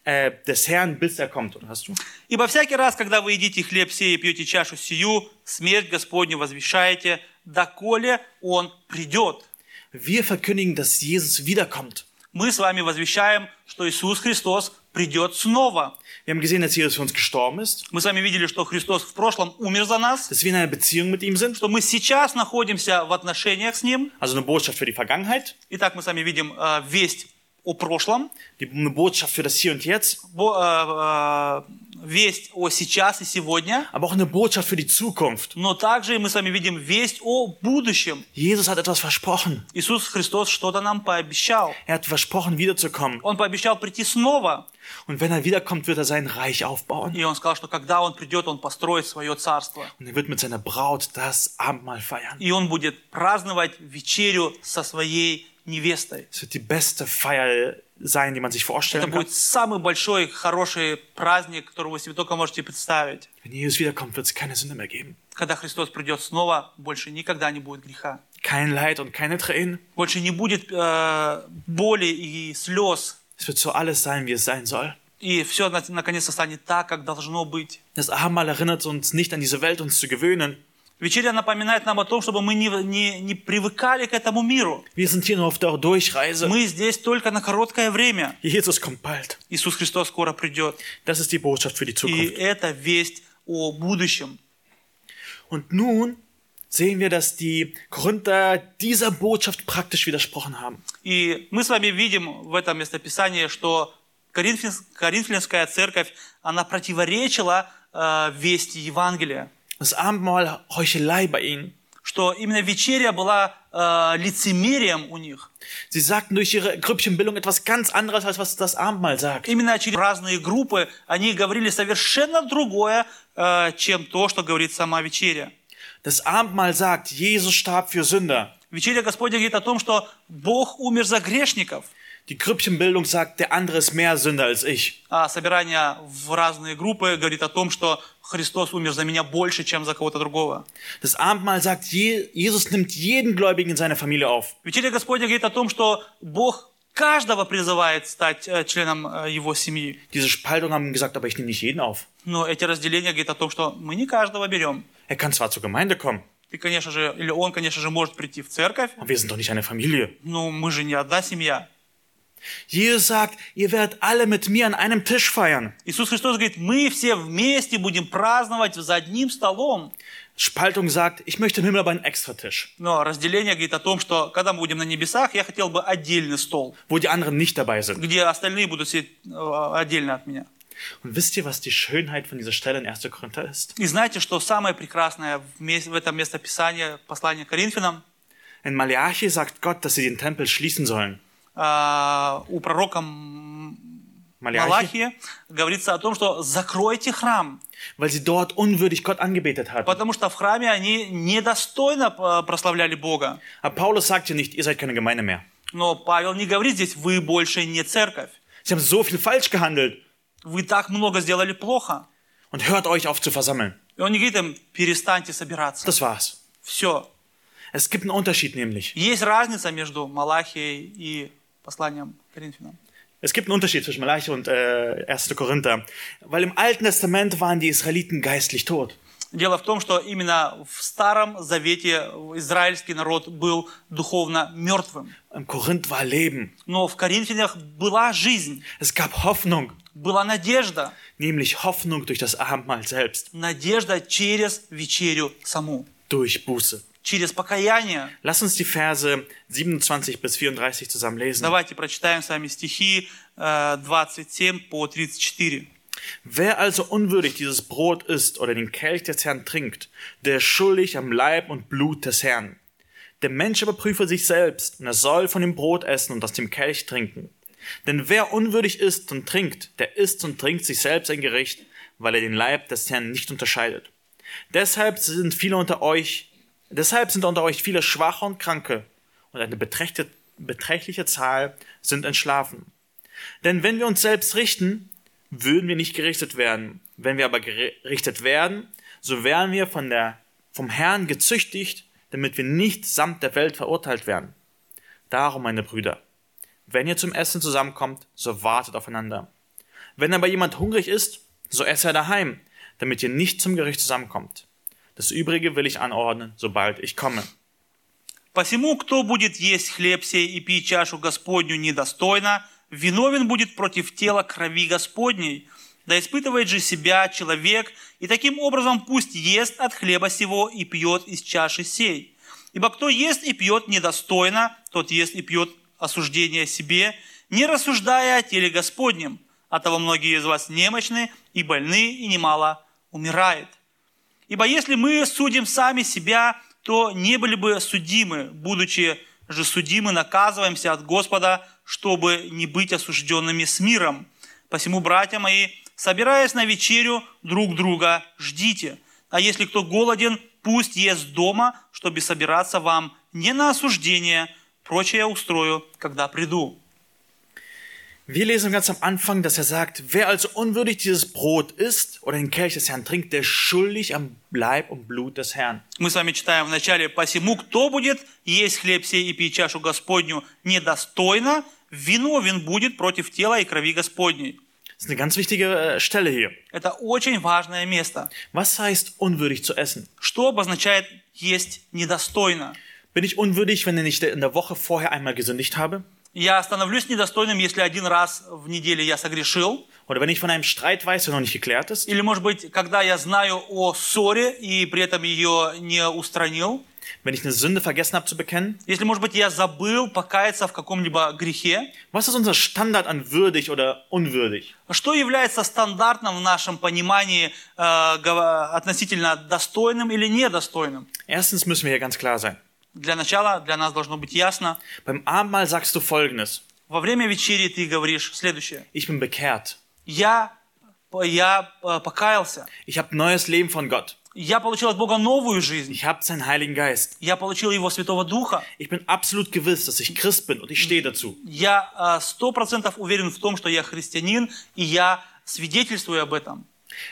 äh, des Herrn, bis er kommt. Oder hast du? Ибо всякий раз, когда вы едите хлеб сей и пьете чашу сию, смерть Господню возвещаете, доколе Он придет. Wir verkündigen, dass Jesus wiederkommt. Мы с вами возвещаем, что Иисус Христос придет снова. Wir haben gesehen, dass Jesus für uns gestorben ist, Мы с вами видели, что Христос в прошлом умер за нас, dass wir in einer Beziehung mit ihm sind. что мы сейчас находимся в отношениях с Ним. Also eine Botschaft für die Vergangenheit, Итак, мы с вами видим э, весть о прошлом, die, eine Botschaft für das Hier und Jetzt, бо- э, э, весть о сейчас и сегодня, aber auch eine Botschaft für die Zukunft. но также мы с вами видим весть о будущем. Jesus hat etwas versprochen. Иисус Христос что-то нам пообещал. Er hat versprochen, wiederzukommen. Он пообещал прийти снова. Und wenn er wiederkommt, wird er sein Reich aufbauen. И он сказал, что когда он придет, он построит свое царство. Und er wird mit seiner Braut das Abendmahl feiern. И он будет праздновать вечерю со своей невестой. Es wird die beste Feier sein, die man sich Это vorstellen kann. будет самый большой, хороший праздник, который вы себе только можете представить. Wenn Jesus wiederkommt, wird es keine Sünde mehr geben. Когда Христос придет снова, больше никогда не будет греха. Kein Leid und keine Tränen. Больше не будет э, боли и слез. Es wird so alles sein, wie es sein soll. И все наконец-то станет так, как должно быть. Das Abendmahl erinnert uns nicht an diese Welt, uns zu gewöhnen. Вечеря напоминает нам о том, чтобы мы не, не, не привыкали к этому миру. Wir sind hier nur auf der Durchreise. Мы здесь только на короткое время. Jesus kommt bald. Иисус Христос скоро придет. Das ist die Botschaft für die И Zukunft. это весть о будущем. Und nun sehen wir, dass die Korinther dieser Botschaft praktisch widersprochen haben. И мы с вами видим в этом местописании, что Коринфянс- Коринфянская церковь, она противоречила э, вести Евангелия. Das Abendmahl Heuchelei bei ihnen. Что именно вечеря была э, лицемерием у них. Sie sagten durch ihre Grüppchenbildung etwas ganz anderes, als was das Abendmahl sagt. Именно через разные группы они говорили совершенно другое, э, чем то, что говорит сама вечеря. Das Abendmahl sagt, Jesus starb für Sünder. Вечеря Господня говорит о том, что Бог умер за грешников. Die Grüppchenbildung sagt, der andere ist mehr Sünder als ich. а, собирание в разные группы говорит о том, что Христос умер за меня больше, чем за кого-то другого. Das Abendmahl sagt, Je Jesus nimmt jeden Gläubigen in seine Familie auf. Вечеря Господня говорит о том, что Бог каждого призывает стать э, членом э, его семьи. Diese Spaltung haben gesagt, aber ich nehme nicht jeden auf. Но эти разделения говорят о том, что мы не каждого берем. Er kann zwar zur Gemeinde kommen, Ты, конечно же, или он, конечно же, может прийти в церковь, aber wir sind doch nicht eine Familie. но мы же не одна семья. Jesus sagt, ihr werdet alle mit mir an einem Tisch feiern. Иисус Христос говорит, мы все вместе будем праздновать за одним столом. Spaltung sagt, ich möchte im Himmel aber einen Extratisch, Но разделение говорит о том, что когда мы будем на небесах, я хотел бы отдельный стол. wo die anderen nicht dabei sind. где остальные будут сидеть э, отдельно от меня. Und wisst ihr, was die Schönheit von dieser Stelle in 1. Korinther ist? И знаете, что самое прекрасное в мес- в этом местописании послания к Коринфянам? In Malachi sagt Gott, dass sie den Tempel schließen sollen. А, у пророка М- Malachi, Малахии говорится о том, что закройте храм, weil sie dort unwürdig Gott angebetet hatten. потому что в храме они недостойно а, прославляли Бога. Aber Paulus sagt ja nicht, ihr seid keine Gemeinde mehr. Но Павел не говорит здесь, вы больше не церковь. Sie haben so viel falsch gehandelt Вы так много сделали плохо. und hört euch auf zu versammeln. И он не говорит им, перестаньте собираться. Das war's. Все. Es gibt einen Unterschied nämlich. Есть разница между Малахией и посланием к Коринфянам. Es gibt einen Unterschied zwischen Malachi und äh, 1. Korinther. Weil im Alten Testament waren die Israeliten geistlich tot. Дело в том, что именно в Старом Завете израильский народ был духовно мертвым. Im Korinth war Leben. Но в Коринфянах была жизнь, Es gab Hoffnung, была надежда. nämlich Hoffnung durch das Abendmahl selbst, Надежда через вечерю саму, durch Buße. через покаяние. Lass uns die Verse 27 bis 34 zusammen lesen. Давайте прочитаем с вами стихи э, 27 по 34. Wer also unwürdig dieses Brot isst oder den Kelch des Herrn trinkt, der ist schuldig am Leib und Blut des Herrn. Der Mensch aber prüfe sich selbst, und er soll von dem Brot essen und aus dem Kelch trinken. Denn wer unwürdig isst und trinkt, der isst und trinkt sich selbst ein Gericht, weil er den Leib des Herrn nicht unterscheidet. Deshalb sind viele unter euch, deshalb sind unter euch viele Schwache und Kranke, und eine beträchte- beträchtliche Zahl sind entschlafen. Denn wenn wir uns selbst richten, würden wir nicht gerichtet werden. Wenn wir aber gerichtet werden, so wären wir von der, vom Herrn gezüchtigt, damit wir nicht samt der Welt verurteilt werden. Darum, meine Brüder, wenn ihr zum Essen zusammenkommt, so wartet aufeinander. Wenn aber jemand hungrig ist, so esse er daheim, damit ihr nicht zum Gericht zusammenkommt. Das Übrige will ich anordnen, sobald ich komme. «Посему, кто будет есть хлеб сей и пить чашу Господню недостойно, виновен будет против тела крови Господней. Да испытывает же себя человек, и таким образом пусть ест от хлеба сего и пьет из чаши сей. Ибо кто ест и пьет недостойно, тот ест и пьет осуждение себе, не рассуждая о теле Господнем. От того многие из вас немощны и больны, и немало умирает». Ибо если мы судим сами себя, то не были бы судимы, будучи же судимы, наказываемся от Господа, чтобы не быть осужденными с миром. Посему, братья мои, собираясь на вечерю, друг друга ждите. А если кто голоден, пусть ест дома, чтобы собираться вам не на осуждение, прочее я устрою, когда приду». Wir lesen ganz am Anfang, dass er sagt, wer also unwürdig dieses Brot isst oder den Kelch des Herrn trinkt, der ist schuldig am Leib und Blut des Herrn. Мы с вами читаем в начале «Посему, кто будет есть хлеб сей и пить чашу Господню недостойно, виновен будет против тела и крови Господней». Das ist eine ganz wichtige äh, Stelle hier. Это очень важное место. Was heißt unwürdig zu essen? Что обозначает «есть недостойно»? Bin ich unwürdig, wenn ich in der Woche vorher einmal gesündigt habe? Я становлюсь недостойным, если один раз в неделю я согрешил. Oder wenn ich von einem Streit weiß, der noch nicht geklärt ist? Или, может быть, когда я знаю о ссоре и при этом ее не устранил. Wenn ich eine Sünde vergessen habe zu bekennen? Если, может быть, я забыл покаяться в каком-либо грехе. Was ist unser Standard an würdig oder unwürdig? Что является стандартным в нашем понимании э, гово- относительно достойным или недостойным? Erstens müssen wir hier ganz klar sein. Для начала для нас должно быть ясно. Beim Abendmahl sagst du Folgendes. Во время вечери ты говоришь следующее. Ich bin bekehrt. Я, п- я э, покаялся. Ich habe neues Leben von Gott. Я получил от Бога новую жизнь. Ich habe seinen Heiligen Geist. Я получил Его Святого Духа. Ich bin absolut gewiss, dass ich Christ bin und ich stehe dazu. Я э, сто процентов уверен в том, что я христианин, и я свидетельствую об этом.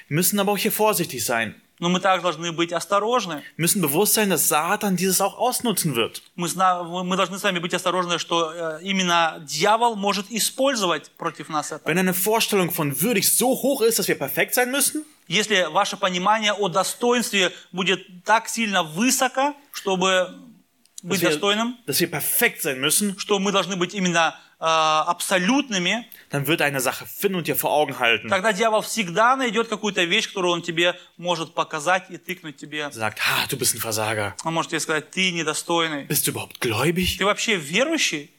Wir müssen aber auch hier vorsichtig sein. Но мы также должны быть осторожны. Wir müssen bewusst sein, dass Satan dieses auch ausnutzen wird. Мы, зна- мы должны с вами быть осторожны, что э, именно дьявол может использовать против нас это. Wenn eine Vorstellung von würdig so hoch ist, dass wir perfekt sein müssen, Если ваше понимание о достоинстве будет так сильно высоко, чтобы быть dass wir, достойным, dass wir perfekt sein müssen, что мы должны быть именно э, абсолютными, dann wird er eine Sache finden und dir vor Augen halten. тогда дьявол всегда найдет какую-то вещь, которую он тебе может показать и тыкнуть тебе. Sagt, ha, du bist ein Versager. Он может тебе сказать, ты недостойный. Bist du überhaupt gläubig? Ты вообще верующий?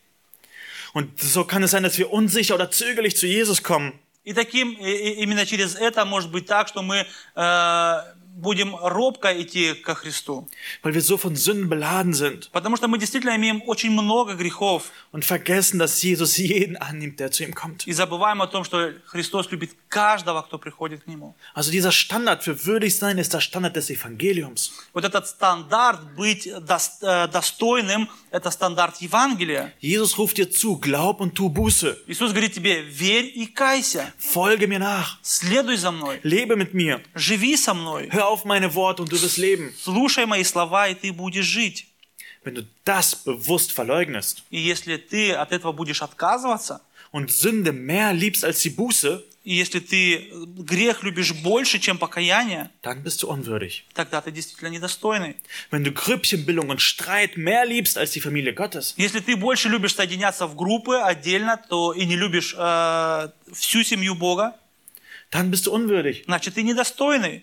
Und so kann es sein, dass wir unsicher oder zögerlich zu Jesus kommen. И таким и- и именно через это может быть так, что мы э, будем робко идти ко Христу. weil wir so von Sünden beladen sind Потому что мы действительно имеем очень много грехов und vergessen, dass Jesus jeden annimmt, der zu ihm kommt. и забываем о том, что Христос любит каждого, кто приходит к Нему. Also dieser Standard für würdig sein ist der Standard des Evangeliums. Вот этот стандарт быть дос- э, достойным, это стандарт Евангелия. Jesus ruft dir zu, glaub und tu Buße, Иисус говорит тебе, верь и кайся, folge mir nach, следуй за мной, lebe mit mir, живи со мной, hör auf meine Worte und du wirst leben. слушай мои слова, и ты будешь жить. Wenn du das bewusst verleugnest И если ты от этого будешь отказываться, und Sünde mehr liebst als die Buße, и если ты э, грех любишь больше, чем покаяние, dann bist du unwürdig. тогда ты действительно недостойный. Wenn du Grüppchenbildung und Streit mehr liebst als die Familie Gottes, Если ты больше любишь соединяться в группы отдельно, то и не любишь э, всю семью Бога, dann bist du unwürdig. значит ты недостойный.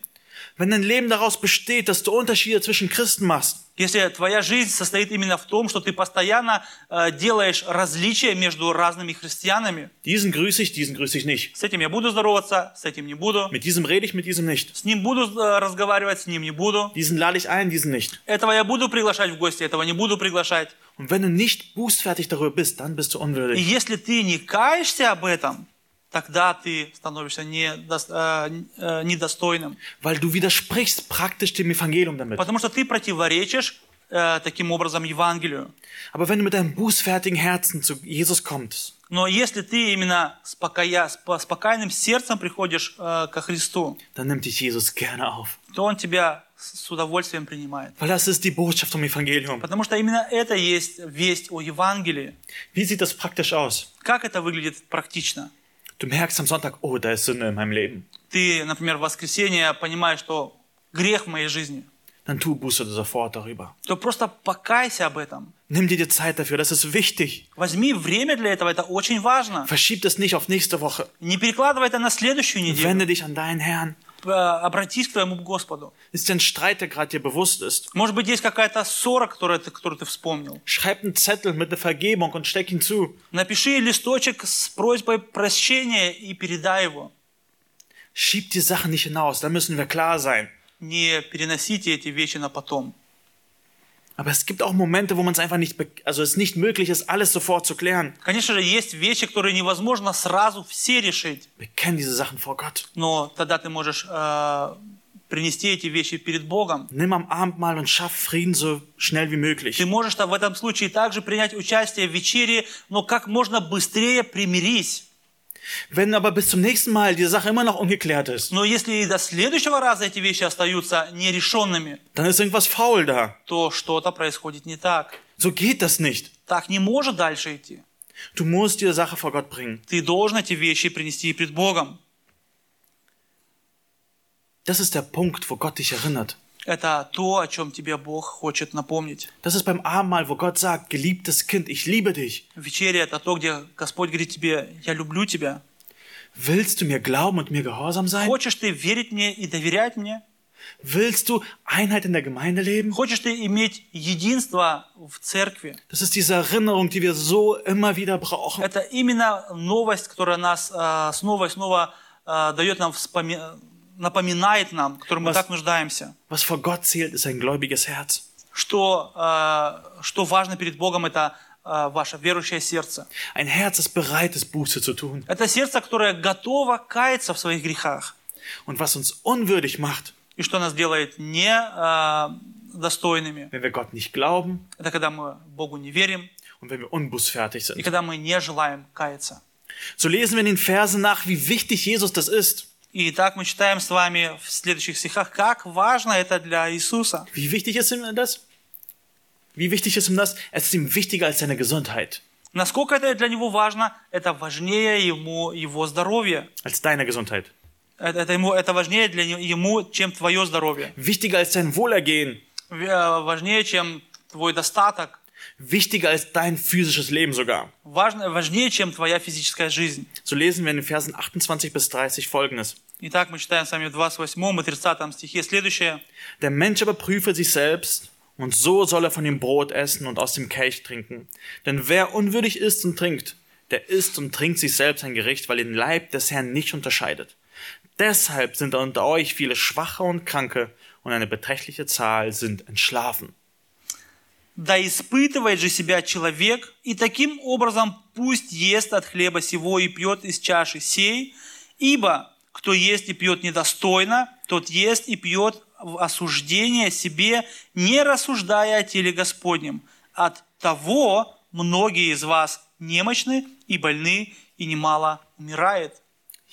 Wenn dein Leben daraus besteht, dass du Unterschiede zwischen Christen machst, Если твоя жизнь состоит именно в том, что ты постоянно э, делаешь различия между разными христианами, diesen grüße ich, diesen grüße ich nicht. с этим я буду здороваться, с этим не буду, Mit diesem rede ich, mit diesem nicht. с ним буду э, разговаривать, с ним не буду, Diesen lade ich ein, diesen nicht. этого я буду приглашать в гости, этого не буду приглашать. Und wenn du nicht bußfertig darüber bist, dann bist du И unwürdig. если ты не каешься об этом, тогда ты становишься недос- э, н- э, недостойным. Weil du widersprichst praktisch dem Evangelium damit. Потому что ты противоречишь э, таким образом Евангелию. Aber wenn du mit deinem bußfertigen Herzen zu Jesus kommst, Но если ты именно с, покая- с по- с покаянным сердцем приходишь э, ко Христу, dann nimmt dich Jesus gerne auf. то Он тебя с с удовольствием принимает. Weil das ist die Botschaft vom Evangelium. Потому что именно это и есть весть о Евангелии. Wie sieht das praktisch aus? Как это выглядит практично? Du merkst am Sonntag, oh, da ist Sünde in meinem Leben. Ты, например, в воскресенье понимаешь, что грех в моей жизни, Dann tu Buße sofort darüber. то просто покайся об этом. Nimm dir die Zeit dafür, das ist wichtig. Возьми время для этого, это очень важно. Verschieb das nicht auf nächste Woche. Не перекладывай это на следующую неделю. Wende dich an deinen Herrn. Э, Обратись к твоему Господу. Ist dir ein Streit, der gerade dir bewusst ist? Может быть, есть какая-то ссора, которую ты, которую ты вспомнил. Schreib einen Zettel mit der Vergebung und steck ihn zu. Напиши листочек с просьбой прощения и передай его. Schieb die Sachen nicht hinaus, da müssen wir klar sein. Не переносите эти вещи на потом. Aber es gibt auch Momente, wo man es einfach nicht, be- also es nicht möglich ist, alles sofort zu klären. Конечно же, есть вещи, которые невозможно сразу все решить, Bekenn diese Sachen vor Gott. но тогда ты можешь э, принести эти вещи перед Богом. Nimm am Abendmahl und schaff Frieden so schnell wie Ты möglich. можешь там в этом случае также принять участие в вечере, но как можно быстрее примирись. Wenn aber bis zum nächsten Mal die Sache immer noch ungeklärt ist, Но если и до следующего раза эти вещи остаются нерешенными, dann ist irgendwas faul da. то что-то происходит не так. So geht das nicht. Так не может дальше идти. Du musst die Sache vor Gott bringen. Ты должен эти вещи принести пред Богом. Das ist der Punkt, wo Gott dich erinnert. Это то, о чем тебе Бог хочет напомнить. Das ist beim Abendmahl, wo Gott sagt, geliebtes Kind, ich liebe dich. Вечеря – это то, где Господь говорит тебе, я люблю тебя. Willst du mir glauben und mir gehorsam sein? Хочешь ты верить мне и доверять мне? Willst du Einheit in der Gemeinde leben? Хочешь ты иметь единство в церкви? Das ist diese Erinnerung, die wir so immer wieder brauchen. Это именно новость, которая нас а, снова и снова а, дает нам вспоми- напоминает нам, которой мы Вас- так нуждаемся, Was vor Gott zählt, ist ein gläubiges Herz. что, а, что важно перед Богом – это а, ваше верующее сердце. Ein Herz, das bereit ist, Buße zu tun. Это сердце, которое готово каяться в своих грехах. Und was uns unwürdig macht, И что нас делает не а, достойными. wenn wir Gott nicht glauben Это когда мы Богу не верим und wenn wir unbußfertig и sind. когда мы не желаем каяться. So lesen wir in den Versen nach, wie wichtig Jesus das ist. И так мы читаем с вами в следующих стихах, как важно это для Иисуса. Wie wichtig ist ihm das? Wie wichtig ist ihm das? Es ist ihm wichtiger als seine Gesundheit, Насколько это для него важно, это важнее ему его здоровье. als deine Gesundheit. Это, это ему, это важнее для не- ему, чем твое здоровье. Wichtiger als dein Wohlergehen, В- э, Важнее, чем твой достаток. wichtiger als dein physisches Leben sogar. Важно, важнее, чем твоя физическая жизнь. So lesen wir in den Versen 28 bis 30 folgendes. Итак, мы читаем с вами в 28 и 30 стихе следующее. Der Mensch aber prüfe sich selbst, und so soll er von dem Brot essen und aus dem Kelch trinken. Denn wer unwürdig isst und trinkt, der isst und trinkt sich selbst sein Gericht, weil den Leib des Herrn nicht unterscheidet. Deshalb sind unter euch viele Schwache und Kranke und eine beträchtliche Zahl sind entschlafen. Да испытывает же себя человек, и таким образом пусть ест от хлеба сего и пьет из чаши сей, ибо кто ест и пьет недостойно, тот ест и пьет в осуждение себе, не рассуждая о теле Господнем. От того многие из вас немощны и больны, и немало умирает.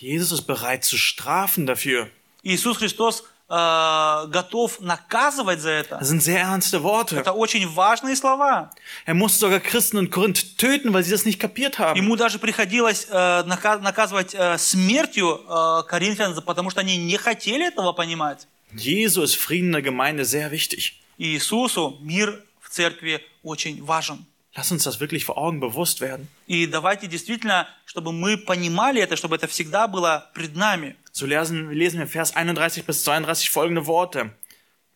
Jesus ist bereit zu strafen dafür. Иисус Христос э, готов naказывать за это. Das sind sehr ernste Worte. Это очень важные слова. Er musste sogar Christen in Korinth töten, weil sie das nicht kapiert haben. Ему даже приходилось э, нака- наказывать э, смертью э, коринфян, за- потому что они не хотели этого понимать. Jesu ist Frieden in der Gemeinde sehr wichtig. И Иисусу мир в церкви очень важен. Lass uns das wirklich vor Augen bewusst werden. И давайте действительно, чтобы мы понимали это, чтобы это всегда было пред нами. So lesen, lesen wir Vers 31 bis 32 folgende Worte.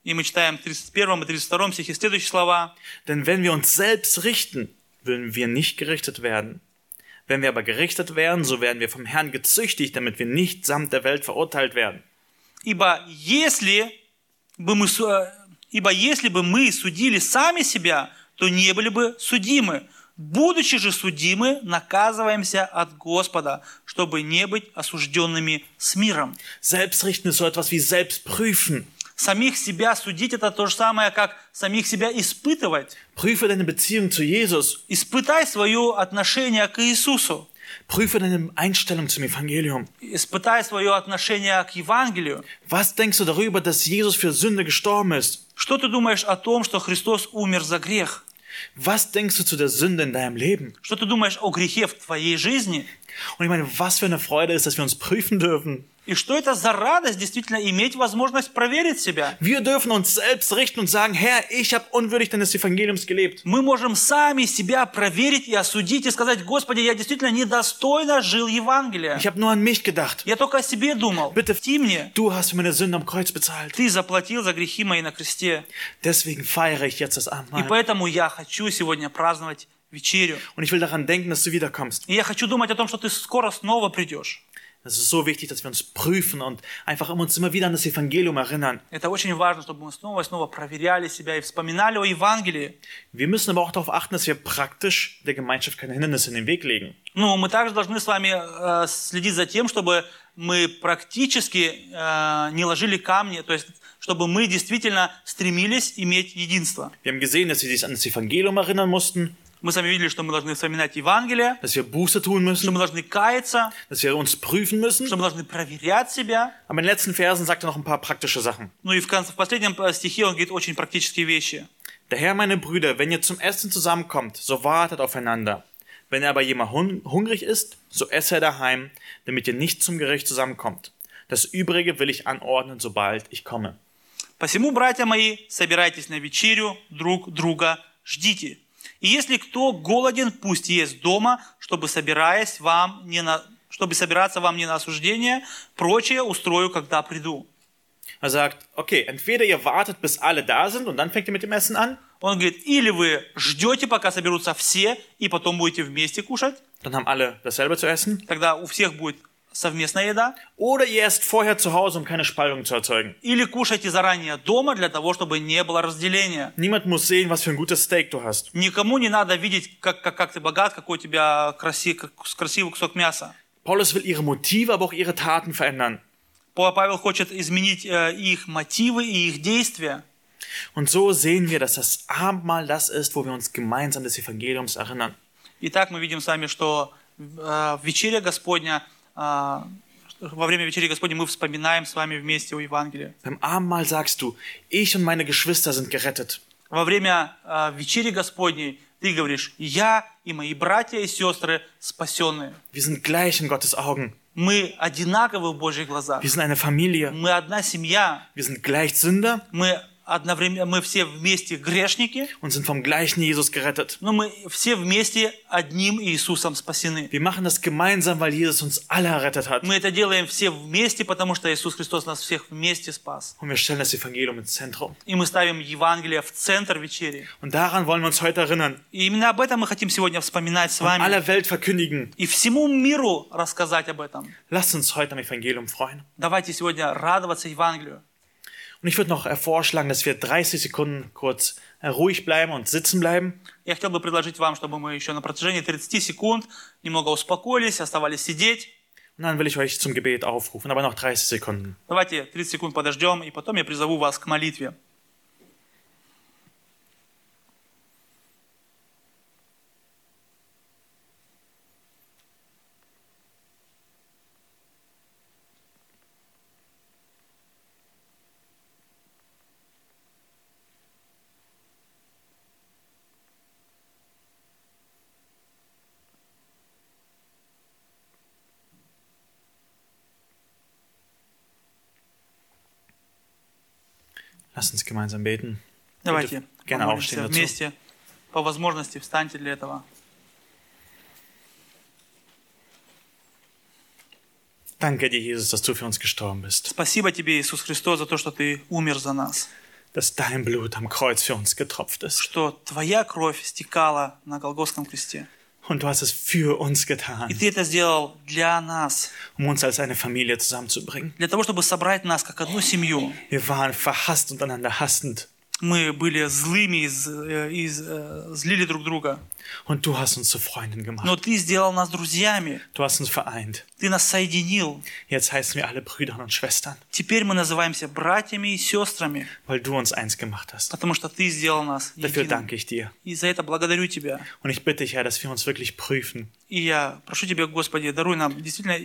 И мы читаем в 31 и 32 стихе следующие слова. Denn wenn wir uns selbst richten, würden wir nicht gerichtet werden. Wenn wir aber gerichtet werden, so werden wir vom Herrn gezüchtigt, damit wir nicht samt der Welt verurteilt werden. Ибо если бы мы, су- э, ибо если бы мы судили сами себя, то не были бы судимы. Будучи же судимы, наказываемся от Господа, чтобы не быть осужденными с миром. Selbstrichten ist so etwas wie Selbstprüfen. Самих себя судить – это то же самое, как самих себя испытывать. Prüfe deine Beziehung zu Jesus. Испытай свое отношение к Иисусу. Prüfe deine Einstellung zum Evangelium. Испытай свое отношение к Евангелию. Was denkst du darüber, dass Jesus für Sünde gestorben ist? Что ты думаешь о том, что Христос умер за грех? Was denkst du zu der Sünde in deinem Leben? Что ты думаешь о грехе в твоей жизни? Und ich meine, was für eine Freude ist, dass wir uns prüfen dürfen. И что это за радость действительно иметь возможность проверить себя? Wir dürfen uns selbst richten und sagen, Herr, ich habe unwürdig deines Evangeliums gelebt. Мы можем сами себя проверить и осудить и сказать, Господи, я действительно недостойно жил Евангелия. Ich habe nur an mich gedacht. Я только о себе думал. Bitte- Ты мне, Du hast für meine Sünde am Kreuz bezahlt. ты заплатил за грехи мои на кресте. Deswegen feiere ich jetzt das И Abendmahl. поэтому я хочу сегодня праздновать вечерю. Und ich will daran denken, dass du wiederkommst. И я хочу думать о том, что ты скоро снова придешь. Es ist so wichtig, dass wir uns prüfen und einfach uns immer wieder an das Evangelium erinnern. Это очень важно, чтобы мы снова и снова проверяли себя и вспоминали о Евангелии. Wir müssen aber auch darauf achten, dass wir praktisch der Gemeinschaft keine Hindernisse in den Weg legen. Ну, мы также должны с вами э, следить за тем, чтобы мы практически э, не ложили камни, то есть чтобы мы действительно стремились иметь единство. Wir haben gesehen, dass wir sich an das Evangelium erinnern mussten, Мы сами видели, что мы должны вспоминать Евангелие, dass wir Buße tun что müssen, мы должны каяться, dass wir uns prüfen müssen. что мы должны проверять себя. Aber in den letzten Versen sagt er noch ein paar praktische Sachen. Ну и в, конце, в последнем э, стихе он говорит очень практические вещи. Daher, meine Brüder, wenn ihr zum Essen zusammenkommt, so wartet aufeinander. Wenn aber jemand hun hungrig ist, so esse er daheim, damit ihr nicht zum Gericht zusammenkommt. Das Übrige will ich anordnen, sobald ich komme. Посему, братья мои, собирайтесь на вечерю, друг друга ждите. И если кто голоден, пусть ест дома, чтобы, собираясь вам не на, чтобы собираться вам не на осуждение, прочее устрою, когда приду. Er sagt, okay, entweder ihr wartet, bis alle da sind und dann fängt ihr mit dem Essen an, Он говорит, или вы ждете, пока соберутся все, и потом будете вместе кушать, dann haben alle dasselbe zu essen, тогда у всех будет совместная еда, oder ihr esst vorher zu Hause, um keine Spaltung zu erzeugen. или кушайте заранее дома для того, чтобы не было разделения. Niemand muss sehen, was für ein gutes Steak du hast. Никому не надо видеть, как, как, как ты богат, какой у тебя краси- как- красивый кусок мяса. Paulus will ihre Motive, aber auch ihre Taten verändern. Па- Павел хочет изменить э, их мотивы и их действия. Und so sehen wir, dass das Abendmahl das ist, wo wir uns gemeinsam des Evangeliums erinnern. Итак, мы видим с вами, что э, вечеря Господня, э, во время вечери Господня мы вспоминаем с вами вместе о Евангелии. Beim Abendmahl sagst du, ich und meine Geschwister sind gerettet. Во время э, вечери Господней ты говоришь, я и мои братья и сестры спасенные. Wir sind gleich in Gottes Augen. Мы одинаковы в Божьих глазах. Wir sind eine Familie. Мы одна семья. Wir sind gleich Sünder Мы одновременно, мы все вместе грешники, und sind vom gleichen Jesus gerettet. но мы все вместе одним Иисусом спасены. Wir machen das gemeinsam, weil Jesus uns alle errettet hat. Мы это делаем все вместе, потому что Иисус Христос нас всех вместе спас. Und wir stellen das Evangelium ins Zentrum. И мы ставим Евангелие в центр вечери. Und daran wollen wir uns heute erinnern. И именно об этом мы хотим сегодня вспоминать с Und вами. aller Welt verkündigen. И всему миру рассказать об этом. Lasst uns heute am Evangelium freuen. Давайте сегодня радоваться Евангелию. Und ich würde noch äh, vorschlagen, dass wir 30 Sekunden kurz äh, ruhig bleiben und sitzen bleiben. Я хотел бы предложить вам, чтобы мы еще на протяжении 30 секунд немного успокоились, оставались сидеть. Und dann will ich euch zum Gebet aufrufen, aber noch 30 Sekunden. Давайте 30 секунд подождем, и потом я призову вас к молитве. Lasst uns gemeinsam beten. Давайте Bitte gerne помолимся aufstehen dazu. вместе. По возможности встаньте для этого. Danke dir, Jesus, dass du für uns gestorben bist. Спасибо тебе, Иисус Христос, за то, что ты умер за нас. Dass dein Blut am Kreuz für uns getropft ist. Что твоя кровь стекала на Голгофском кресте. Und du hast es für uns И getan, ты это сделал для нас. um uns als eine Familie zusammenzubringen. Для того, чтобы собрать нас как одну семью. Wir waren verhasst und einander hassend. Мы были злыми и, з- э, и з- э, злили друг друга. Und du hast uns zu Freunden Но gemacht. ты сделал нас друзьями. Du hast uns vereint. Ты нас соединил. Jetzt heißen wir alle Brüder und Schwestern, Теперь мы называемся братьями и сестрами, weil du uns eins gemacht hast. потому что ты сделал нас Dafür единым. danke ich dir. И за это благодарю тебя. Und ich bitte dich, Herr, dass wir uns wirklich prüfen. И я прошу тебя, Господи, даруй нам действительно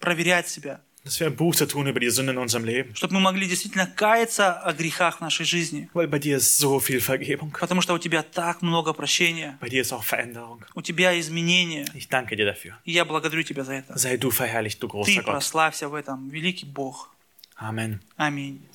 проверять себя, Dass wir ein Buße tun über die Sünde in unserem Leben. чтобы мы могли действительно каяться о грехах нашей жизни, Weil bei dir ist so viel Vergebung. потому что у тебя так много прощения, Bei dir ist auch Veränderung. у тебя изменения, Ich danke dir dafür. и я благодарю тебя за это. Sei du verherrlicht, du Ты großer Gott. прославься в этом, великий Бог. Amen. Аминь.